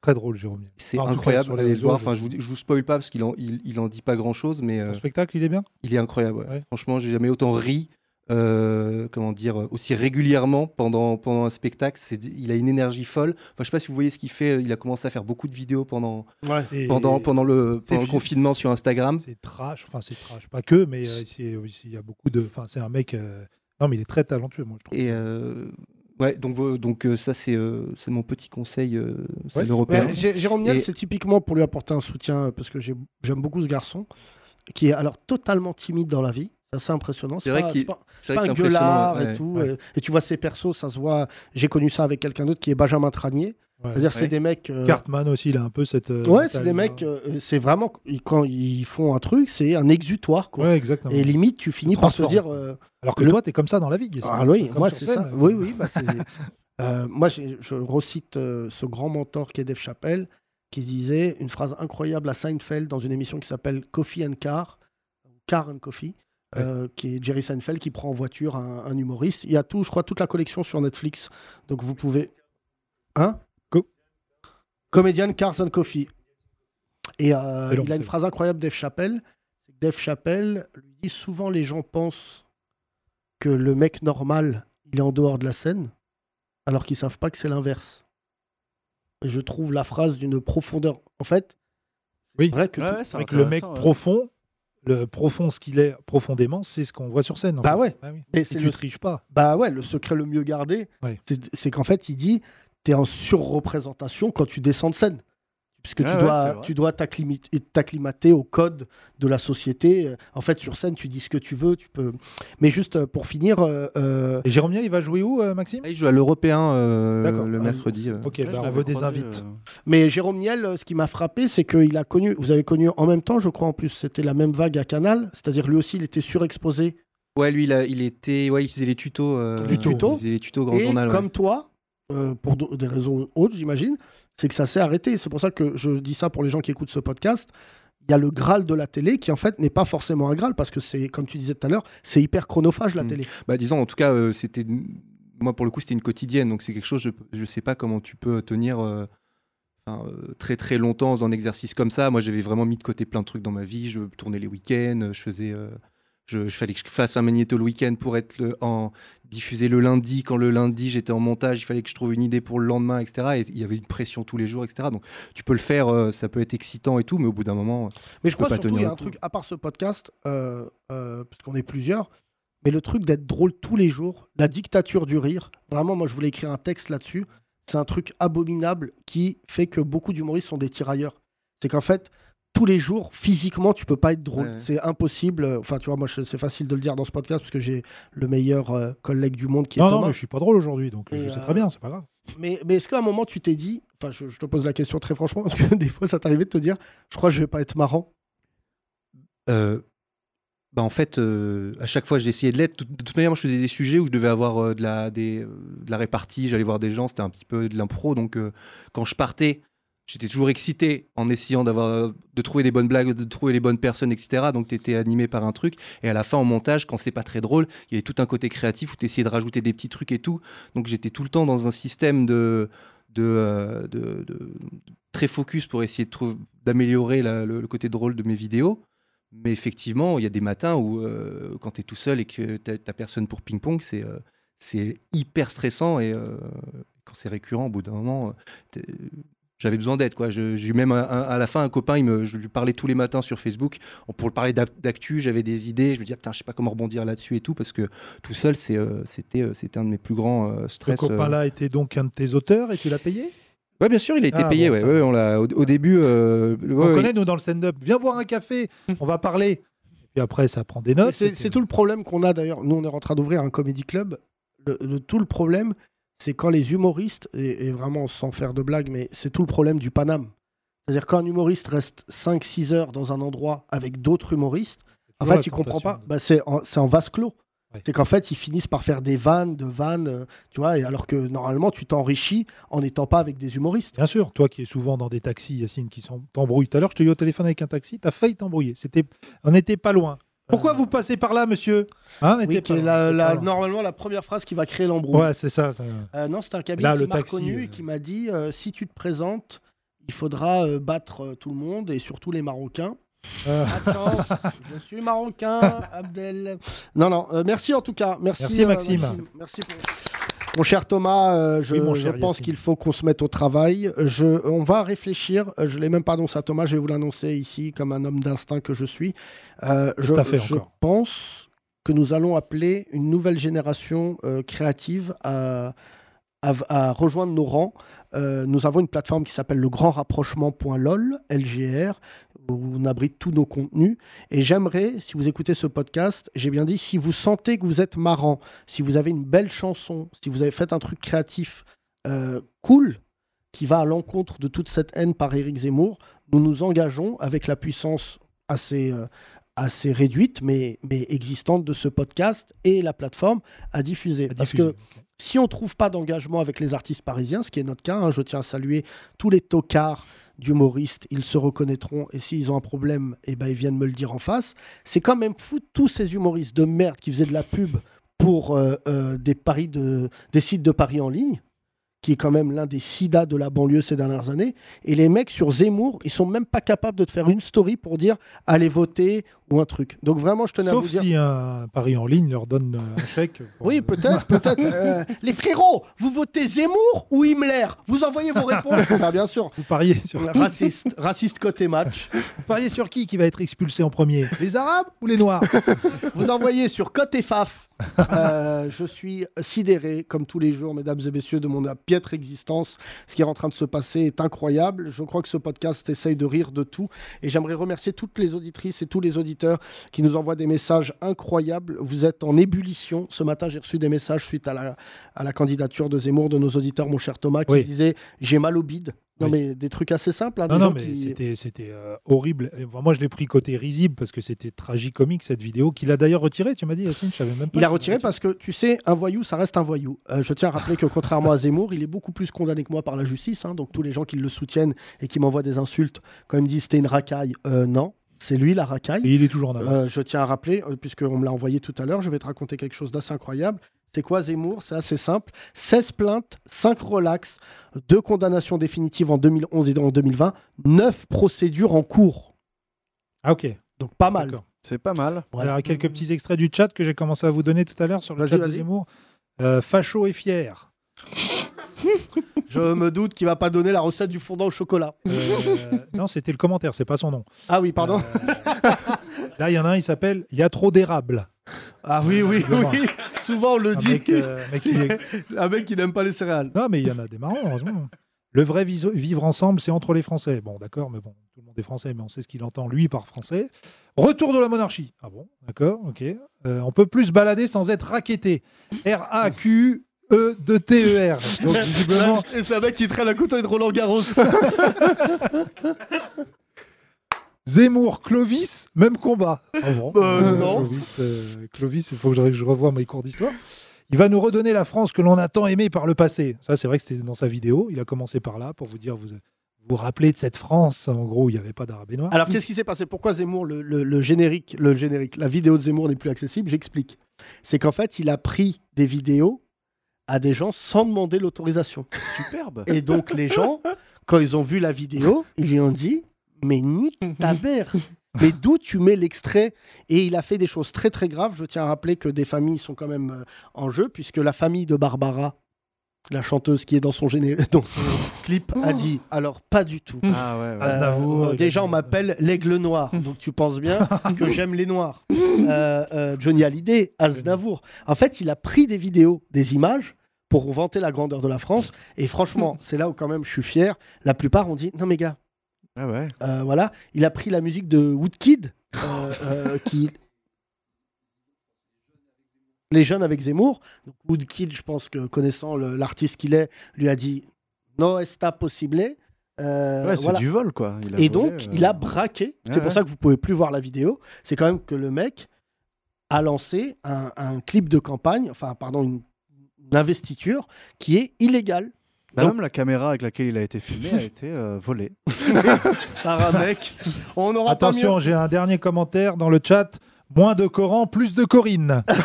Très drôle, Jérôme Niel. C'est En tout cas, incroyable. sur les Allez le réseaux, voir. je- Enfin, je vous, dis- je vous spoil pas parce qu'il en, il, il en dit pas grand chose, mais euh, Le spectacle, il est bien il est incroyable. ouais. Ouais. Franchement, j'ai jamais autant ri, euh, comment dire, euh, aussi régulièrement pendant, pendant un spectacle. C'est, il a une énergie folle. Enfin, je sais pas si vous voyez ce qu'il fait. euh, Il a commencé à faire beaucoup de vidéos pendant, Ouais. C'est- pendant, pendant le, c'est pendant le vi- confinement sur Instagram. C'est trash, enfin c'est trash, pas que, mais euh, c'est- oui, il y a beaucoup de. Enfin, c'est un mec. euh, Non, mais il est très talentueux, moi. Et euh, ouais, donc, vo- donc euh, ça, c'est, euh, c'est mon petit conseil. euh, c'est Ouais. l'européen. Ouais, Jé- Jérôme Niel, Et- c'est typiquement pour lui apporter un soutien, euh, parce que j'ai- j'aime beaucoup ce garçon, qui est alors totalement timide dans la vie. C'est assez impressionnant. C'est vrai pas- qu'il- pas, c'est pas vrai un que c'est impressionnant, gueulard ouais. et tout. Ouais. euh, Et tu vois ses persos, ça se voit. J'ai connu ça avec quelqu'un d'autre qui est Benjamin Tranier. Ouais. C'est-à-dire, c'est Ouais. des mecs. euh, Cartman aussi, il a un peu cette. euh, Ouais, c'est des mentale- mecs, euh, c'est vraiment, ils- quand ils font un truc, c'est un exutoire. Quoi. Ouais, exactement. Et limite, tu finis par te Transforme. dire. euh, Alors que le- toi, t'es comme ça dans la vie. Guy, c'est Ah un peu oui, comme moi sur c'est scène, ça. Oui, oui, bah, c'est- Euh, moi j'ai- je recite euh, ce grand mentor qui est Dave Chappelle, qui disait une phrase incroyable à Seinfeld dans une émission qui s'appelle Coffee and Car, Car and Coffee, euh, qui est Jerry Seinfeld qui prend en voiture un, un humoriste. Il y a tout, je crois, toute la collection sur Netflix. Donc vous pouvez. Hein Comédienne Cars and Coffee. Et euh, C'est long, il a c'est une long. phrase incroyable, Dave Chappelle. C'est que Dave Chappelle lui dit souvent les gens pensent que le mec normal, il est en dehors de la scène, alors qu'ils savent pas que c'est l'inverse. Et Je trouve la phrase d'une profondeur. En fait, c'est vrai que, C'est tout- vrai que le mec profond, le profond, ce qu'il est profondément, c'est ce qu'on voit sur scène. en Bah fait. ouais. oui. Et Et c'est tu le- triches pas. Bah ouais, le secret le mieux gardé, Ouais. c'est- c'est qu'en fait, il dit, t'es en surreprésentation quand tu descends de scène. Tu puisque tu, Ah ouais, c'est dois, vrai. tu dois t'acclimi- t'acclimater au code de la société. Euh, En fait, sur scène, tu dis ce que tu veux, tu peux. Mais juste euh, pour finir, euh, euh, Et Jérôme Niel, il va jouer où, euh, Maxime Il joue à l'européen euh, D'accord. le Ah, mercredi. euh. Ok, bah, on veut des invites. Mais Jérôme Niel, euh, ce qui m'a frappé, c'est qu'il a connu, vous avez connu en même temps, je crois en plus, c'était la même vague à Canal, c'est-à-dire lui aussi, il était surexposé Ouais, lui, il, a- il était, ouais, il faisait les tutos. euh, du tuto. Il faisait les tutos au grand et journal. ouais. comme toi, euh, pour do- des raisons autres, j'imagine, c'est que ça s'est arrêté. C'est pour ça que je dis ça pour les gens qui écoutent ce podcast. Il y a le Graal de la télé qui, en fait, n'est pas forcément un Graal parce que c'est, comme tu disais tout à l'heure, c'est hyper chronophage la télé. Bah, disons, en tout cas, euh, c'était. une- Moi, pour le coup, c'était une quotidienne. Donc, c'est quelque chose, je ne sais pas comment tu peux tenir euh, enfin, euh, très, très longtemps dans un exercice comme ça. Moi, j'avais vraiment mis de côté plein de trucs dans ma vie. Je tournais les week-ends, je faisais. euh, je, je fallait que je fasse un magnéto le week-end pour être le- en diffusé le lundi. Quand le lundi j'étais en montage, il fallait que je trouve une idée pour le lendemain, etc. Et il y avait une pression tous les jours, etc. Donc tu peux le faire, euh, ça peut être excitant et tout, mais au bout d'un moment, tu Mais je peux crois pas surtout tenir il y a le un coup. truc, à part ce podcast, euh, euh, parce qu'on est plusieurs, mais le truc d'être drôle tous les jours, la dictature du rire, vraiment, moi je voulais écrire un texte là-dessus, c'est un truc abominable qui fait que beaucoup d'humoristes sont des tirailleurs. C'est qu'en fait, tous les jours, physiquement, tu peux pas être drôle. Ouais, ouais. C'est impossible. euh, Enfin, tu vois, moi, je- c'est facile de le dire dans ce podcast parce que j'ai le meilleur euh, collègue du monde qui est Non, Thomas. non, mais je suis pas drôle aujourd'hui, donc Et, je sais euh, très bien, c'est pas grave. Mais, mais est-ce qu'à un moment tu t'es dit, enfin je, je te pose la question très franchement, parce que des fois ça t'arrivait de te dire, je crois que je vais pas être marrant. Euh, bah en fait, euh, à chaque fois, j'essayais de l'être. Tout- De toute manière, moi, je faisais des sujets où je devais avoir euh, de, la, des, euh, de la répartie, j'allais voir des gens, c'était un petit peu de l'impro. Donc, euh, quand je partais, j'étais toujours excité en essayant d'avoir, euh, de trouver des bonnes blagues, de trouver les bonnes personnes, etc. Donc, tu étais animé par un truc. Et à la fin, en montage, quand c'est pas très drôle, il y avait tout un côté créatif où tu essayais de rajouter des petits trucs et tout. Donc, j'étais tout le temps dans un système de. de, euh, de- de- très focus pour essayer de trouv- d'améliorer la- le, le côté drôle de mes vidéos. Mais effectivement, il y a des matins où, euh, quand tu es tout seul et que tu n'as personne pour ping-pong, c'est euh, c'est hyper stressant. Et euh, quand c'est récurrent, au bout d'un moment, euh, t'es- j'avais besoin d'aide. quoi. Je- J'ai eu même, un- un- à la fin, un copain, il me, je lui parlais tous les matins sur Facebook On- pour le parler d'ac- d'actu. J'avais des idées. Je me disais, ah, putain, je sais pas comment rebondir là-dessus et tout, parce que tout seul, c'est, euh, c'était euh, c'était un de mes plus grands euh, Ce stress. euh, copain-là était donc un de tes auteurs et tu l'as payé Ouais, bien sûr, il a été Ah, payé. bon, ouais, ça ouais, on l'a, au, au début. euh, ouais, On ouais, connaît, nous, dans le stand-up. Viens boire un café, on va parler. Et puis après, ça prend des Mais notes. C'est c'est tout le problème qu'on a d'ailleurs. Nous, on est en train d'ouvrir un comédie club. Le, le- tout le problème, c'est quand les humoristes, et, et vraiment sans faire de blague, mais c'est tout le problème du Paname. C'est-à-dire quand un humoriste reste 5-6 heures dans un endroit avec d'autres humoristes, en toujours fait, la il comprend tentation pas. Bah, c'est en, c'est en vase clos. C'est qu'en fait, ils finissent par faire des vannes, de vannes, euh, tu vois, et alors que normalement, tu t'enrichis en n'étant pas avec des humoristes. Bien sûr, toi qui es souvent dans des taxis, Yacine, qui s'en- t'embrouille. Tout à l'heure, je t'ai eu au téléphone avec un taxi, t'as failli t'embrouiller. C'était... On n'était pas loin. Pourquoi vous passez par là, monsieur hein, on Euh, Oui, était qui pas est loin, on la- était la- pas loin. normalement la première phrase qui va créer l'embrouille. Ouais, c'est ça. Euh, non, c'est un cabinet Là, qui le m'a taxi, reconnu euh. et qui m'a dit euh, si tu te présentes, il faudra euh, battre euh, tout le monde et surtout les Marocains. Euh. Attends, je suis Marocain, Abdel. Non, non, euh, merci en tout cas. Merci, Merci, euh, Maxime. Merci pour. Mon cher Thomas, euh, je, Oui, mon cher je pense Yacine. qu'il faut qu'on se mette au travail. Je, on va réfléchir. Euh, Je ne l'ai même pas annoncé à Thomas, je vais vous l'annoncer ici comme un homme d'instinct que je suis. Euh, Qu'est-ce je, que t'as fait je encore pense que nous allons appeler une nouvelle génération euh, créative à, à, à rejoindre nos rangs. Euh, nous avons une plateforme qui s'appelle le grand rapprochement.lol, LGR, où on abrite tous nos contenus. Et j'aimerais, si vous écoutez ce podcast, j'ai bien dit, si vous sentez que vous êtes marrant, si vous avez une belle chanson, si vous avez fait un truc créatif euh, cool, qui va à l'encontre de toute cette haine par Éric Zemmour, nous nous engageons avec la puissance assez, euh, assez réduite, mais, mais existante de ce podcast et la plateforme à diffuser. Parce que si on ne trouve pas d'engagement avec les artistes parisiens, ce qui est notre cas, hein, je tiens à saluer tous les tocards d'humoristes, ils se reconnaîtront et s'ils ont un problème, eh ben, ils viennent me le dire en face. C'est quand même fou, tous ces humoristes de merde qui faisaient de la pub pour euh, euh, des, paris de, des sites de paris en ligne, qui est quand même l'un des sida de la banlieue ces dernières années. Et les mecs sur Zemmour, ils sont même pas capables de te faire une story pour dire allez voter ou un truc. Donc vraiment, je tenais à Sauf vous dire. si un pari en ligne leur donne euh, un chèque. Oui, peut-être, peut-être. Euh, les frérots, vous votez Zemmour ou Himmler Vous envoyez vos réponses. Ah, bien sûr. Vous pariez sur Raciste, raciste côté match. Vous pariez sur qui qui va être expulsé en premier Les Arabes ou les Noirs Vous envoyez sur côté FAF. Euh, je suis sidéré, comme tous les jours, mesdames et messieurs, de mon piètre existence. Ce qui est en train de se passer est incroyable. Je crois que ce podcast essaye de rire de tout. Et j'aimerais remercier toutes les auditrices et tous les auditeurs qui nous envoient des messages incroyables. Vous êtes en ébullition. Ce matin, j'ai reçu des messages suite à la, à la candidature de Zemmour de nos auditeurs, mon cher Thomas, qui Oui. disait J'ai mal au bide. Non, mais des trucs assez simples. hein, Non, des non, gens mais qui- c'était, c'était euh, horrible. Et moi, je l'ai pris côté risible parce que c'était tragicomique cette vidéo qu'il a d'ailleurs retirée. Tu m'as dit, Yacine, je savais même pas. Il a retiré parce que, tu sais, un voyou, ça reste un voyou. Euh, je tiens à rappeler que, contrairement à Zemmour, il est beaucoup plus condamné que moi par la justice. hein. donc, tous les gens qui le soutiennent et qui m'envoient des insultes, quand ils me disent c'était une racaille, euh, non. C'est lui la racaille. Et il est toujours en avance. je tiens à rappeler, euh, puisqu'on me l'a envoyé tout à l'heure, je vais te raconter quelque chose d'assez incroyable. C'est quoi Zemmour C'est assez simple. 16 plaintes, 5 relax, 2 condamnations définitives en 2011 et en 2020, 9 procédures en cours. Ah, ok. Donc, pas mal. C'est pas mal. Alors, quelques petits extraits du chat que j'ai commencé à vous donner tout à l'heure sur le Vas-y, chat de vas-y. Zemmour. Euh, facho et fier. Je me doute qu'il va pas donner la recette du fondant au chocolat. Euh, non, c'était le commentaire, c'est pas son nom. Ah oui, pardon. Là, il y en a un, il s'appelle Il y a trop d'érable. Ah oui, oui, oui. Souvent, on le Un dit. mec, euh, mec qui est- Un mec qui n'aime pas les céréales. Non, mais il y en a des marrants, heureusement. Le vrai viso- vivre ensemble, c'est entre les Français. Bon, d'accord, mais bon, tout le monde est Français, mais on sait ce qu'il entend, lui, par Français. Retour de la monarchie. Ah bon, d'accord, ok. Euh, on peut plus se balader sans être raquetté. E R-A-Q-E-2-T-E-R. Donc, visiblement, Et c'est un mec qui traîne un couteau et de Roland Garros. Zemmour, Clovis, même combat. Ah bon Euh, non. Clovis, euh, Clovis, il faut que je, je revoie mes cours d'histoire. Il va nous redonner la France que l'on a tant aimée par le passé. Ça, c'est vrai que c'était dans sa vidéo. Il a commencé par là pour vous dire, vous vous vous rappelez de cette France, en gros, où il n'y avait pas d'Arabes et Noirs. Alors qu'est-ce qui s'est passé Pourquoi Zemmour, le, le- le générique, le générique, la vidéo de Zemmour n'est plus accessible J'explique. C'est qu'en fait, il a pris des vidéos à des gens sans demander l'autorisation. Superbe. Et donc les gens, quand ils ont vu la vidéo, ils lui ont dit Mais nique ta mère Mais d'où tu mets l'extrait Et il a fait des choses très très graves. Je tiens à rappeler que des familles sont quand même euh, en jeu, puisque la famille de Barbara, la chanteuse qui est dans son, géné- dans son clip, a dit Alors pas du tout. Ah ouais, ouais. Euh, Aznavour, il déjà, on m'appelle l'aigle noir. Donc tu penses bien que j'aime les noirs. Euh, euh, Johnny Hallyday, Aznavour. En fait, il a pris des vidéos, des images pour vanter la grandeur de la France. Et franchement, c'est là où quand même je suis fier. La plupart ont dit non mais gars. Ah ouais. euh, voilà, il a pris la musique de Woodkid, euh, euh, qui les jeunes avec Zemmour. Donc Woodkid, je pense que connaissant le- l'artiste qu'il est, lui a dit no está possible. Euh, Ouais, c'est voilà. du vol, quoi. Il a volé, Et donc, euh. il a braqué. Ouais, c'est pour ouais. ça que vous pouvez plus voir la vidéo. C'est quand même que le mec a lancé un, un clip de campagne, enfin, pardon, une, une investiture qui est illégale. Bah, Donc, même la caméra avec laquelle il a été filmé a été euh, volée. par un mec, on aura pas Attention, mieux. j'ai un dernier commentaire dans le chat. Moins de Coran, plus de Corinne. Je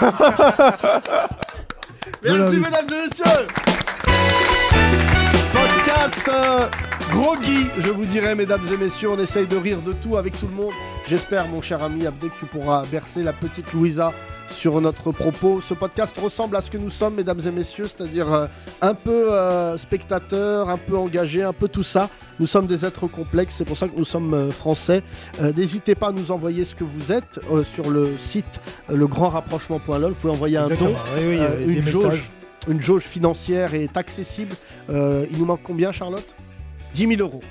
Merci, l'invite. mesdames et messieurs Podcast euh, Groggy, je vous dirais, mesdames et messieurs, on essaye de rire de tout avec tout le monde. J'espère, mon cher ami Abdé, que tu pourras bercer la petite Louisa sur notre propos. Ce podcast ressemble à ce que nous sommes, mesdames et messieurs, c'est-à-dire euh, un peu euh, spectateur, un peu engagé, un peu tout ça. Nous sommes des êtres complexes, c'est pour ça que nous sommes euh, français. Euh, N'hésitez pas à nous envoyer ce que vous êtes euh, sur le site euh, legrandrapprochement.lol. Vous pouvez envoyer un Exactement, don, euh, oui, oui, il y a des une messages. jauge une jauge financière est accessible. Euh, il nous manque combien, Charlotte 10 000 euros.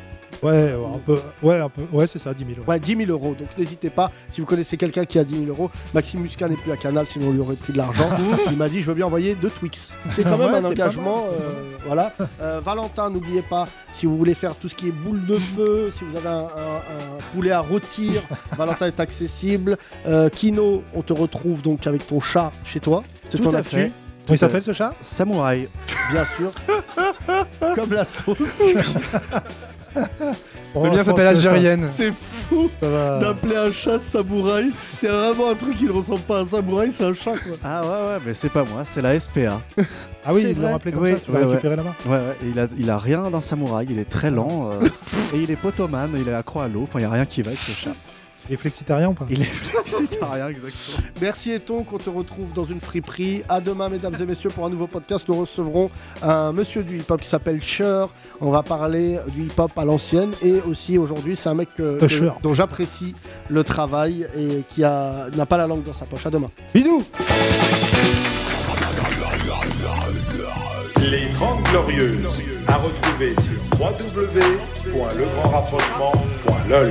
Ouais, ouais, un peu, ouais, un peu, ouais, c'est ça, 10 000. ouais. Ouais, 10 000 euros. Donc n'hésitez pas, si vous connaissez quelqu'un qui a 10 000 euros, Maxime Muscat n'est plus à Canal, sinon on lui aurait pris de l'argent. il m'a dit, je veux bien envoyer deux Twix. C'est quand même Ouais, c'est un pas engagement. mal. euh, voilà. Euh, Valentin, n'oubliez pas, si vous voulez faire tout ce qui est boule de feu, si vous avez un, un- un poulet à rôtir, Valentin est accessible. Euh, Kino, on te retrouve donc avec ton chat chez toi. C'est Tout ton à actu. fait. Comment il s'appelle ce chat Samouraï. Bien sûr. Comme la sauce. Oh, je pense que ça- C'est fou Ça va. d'appeler un chat samouraï. C'est vraiment un truc qui ne ressemble pas à un samouraï, c'est un chat quoi. Ah ouais, ouais, mais c'est pas moi, c'est la SPA. Ah oui, ils l'ont appelé comme ça, tu l'as récupéré là-bas Ah Ouais, ouais, et il a, il a rien d'un samouraï, il est très lent, euh, et il est potomane, il est accro à l'eau, enfin, il n'y a rien qui va avec ce chat. Il est flexitarien ou pas Il est flexitarien, exactement. Merci Eton, qu'on te retrouve dans une friperie. À demain, mesdames et messieurs, pour un nouveau podcast. Nous recevrons un monsieur du hip-hop qui s'appelle Cher. On va parler du hip-hop à l'ancienne et aussi aujourd'hui, c'est un mec que- que- Usher. dont j'apprécie le travail et qui a- n'a pas la langue dans sa poche. À demain. Bisous Les 30 Glorieuses, à retrouver sur www.legrandrapprochement.lol.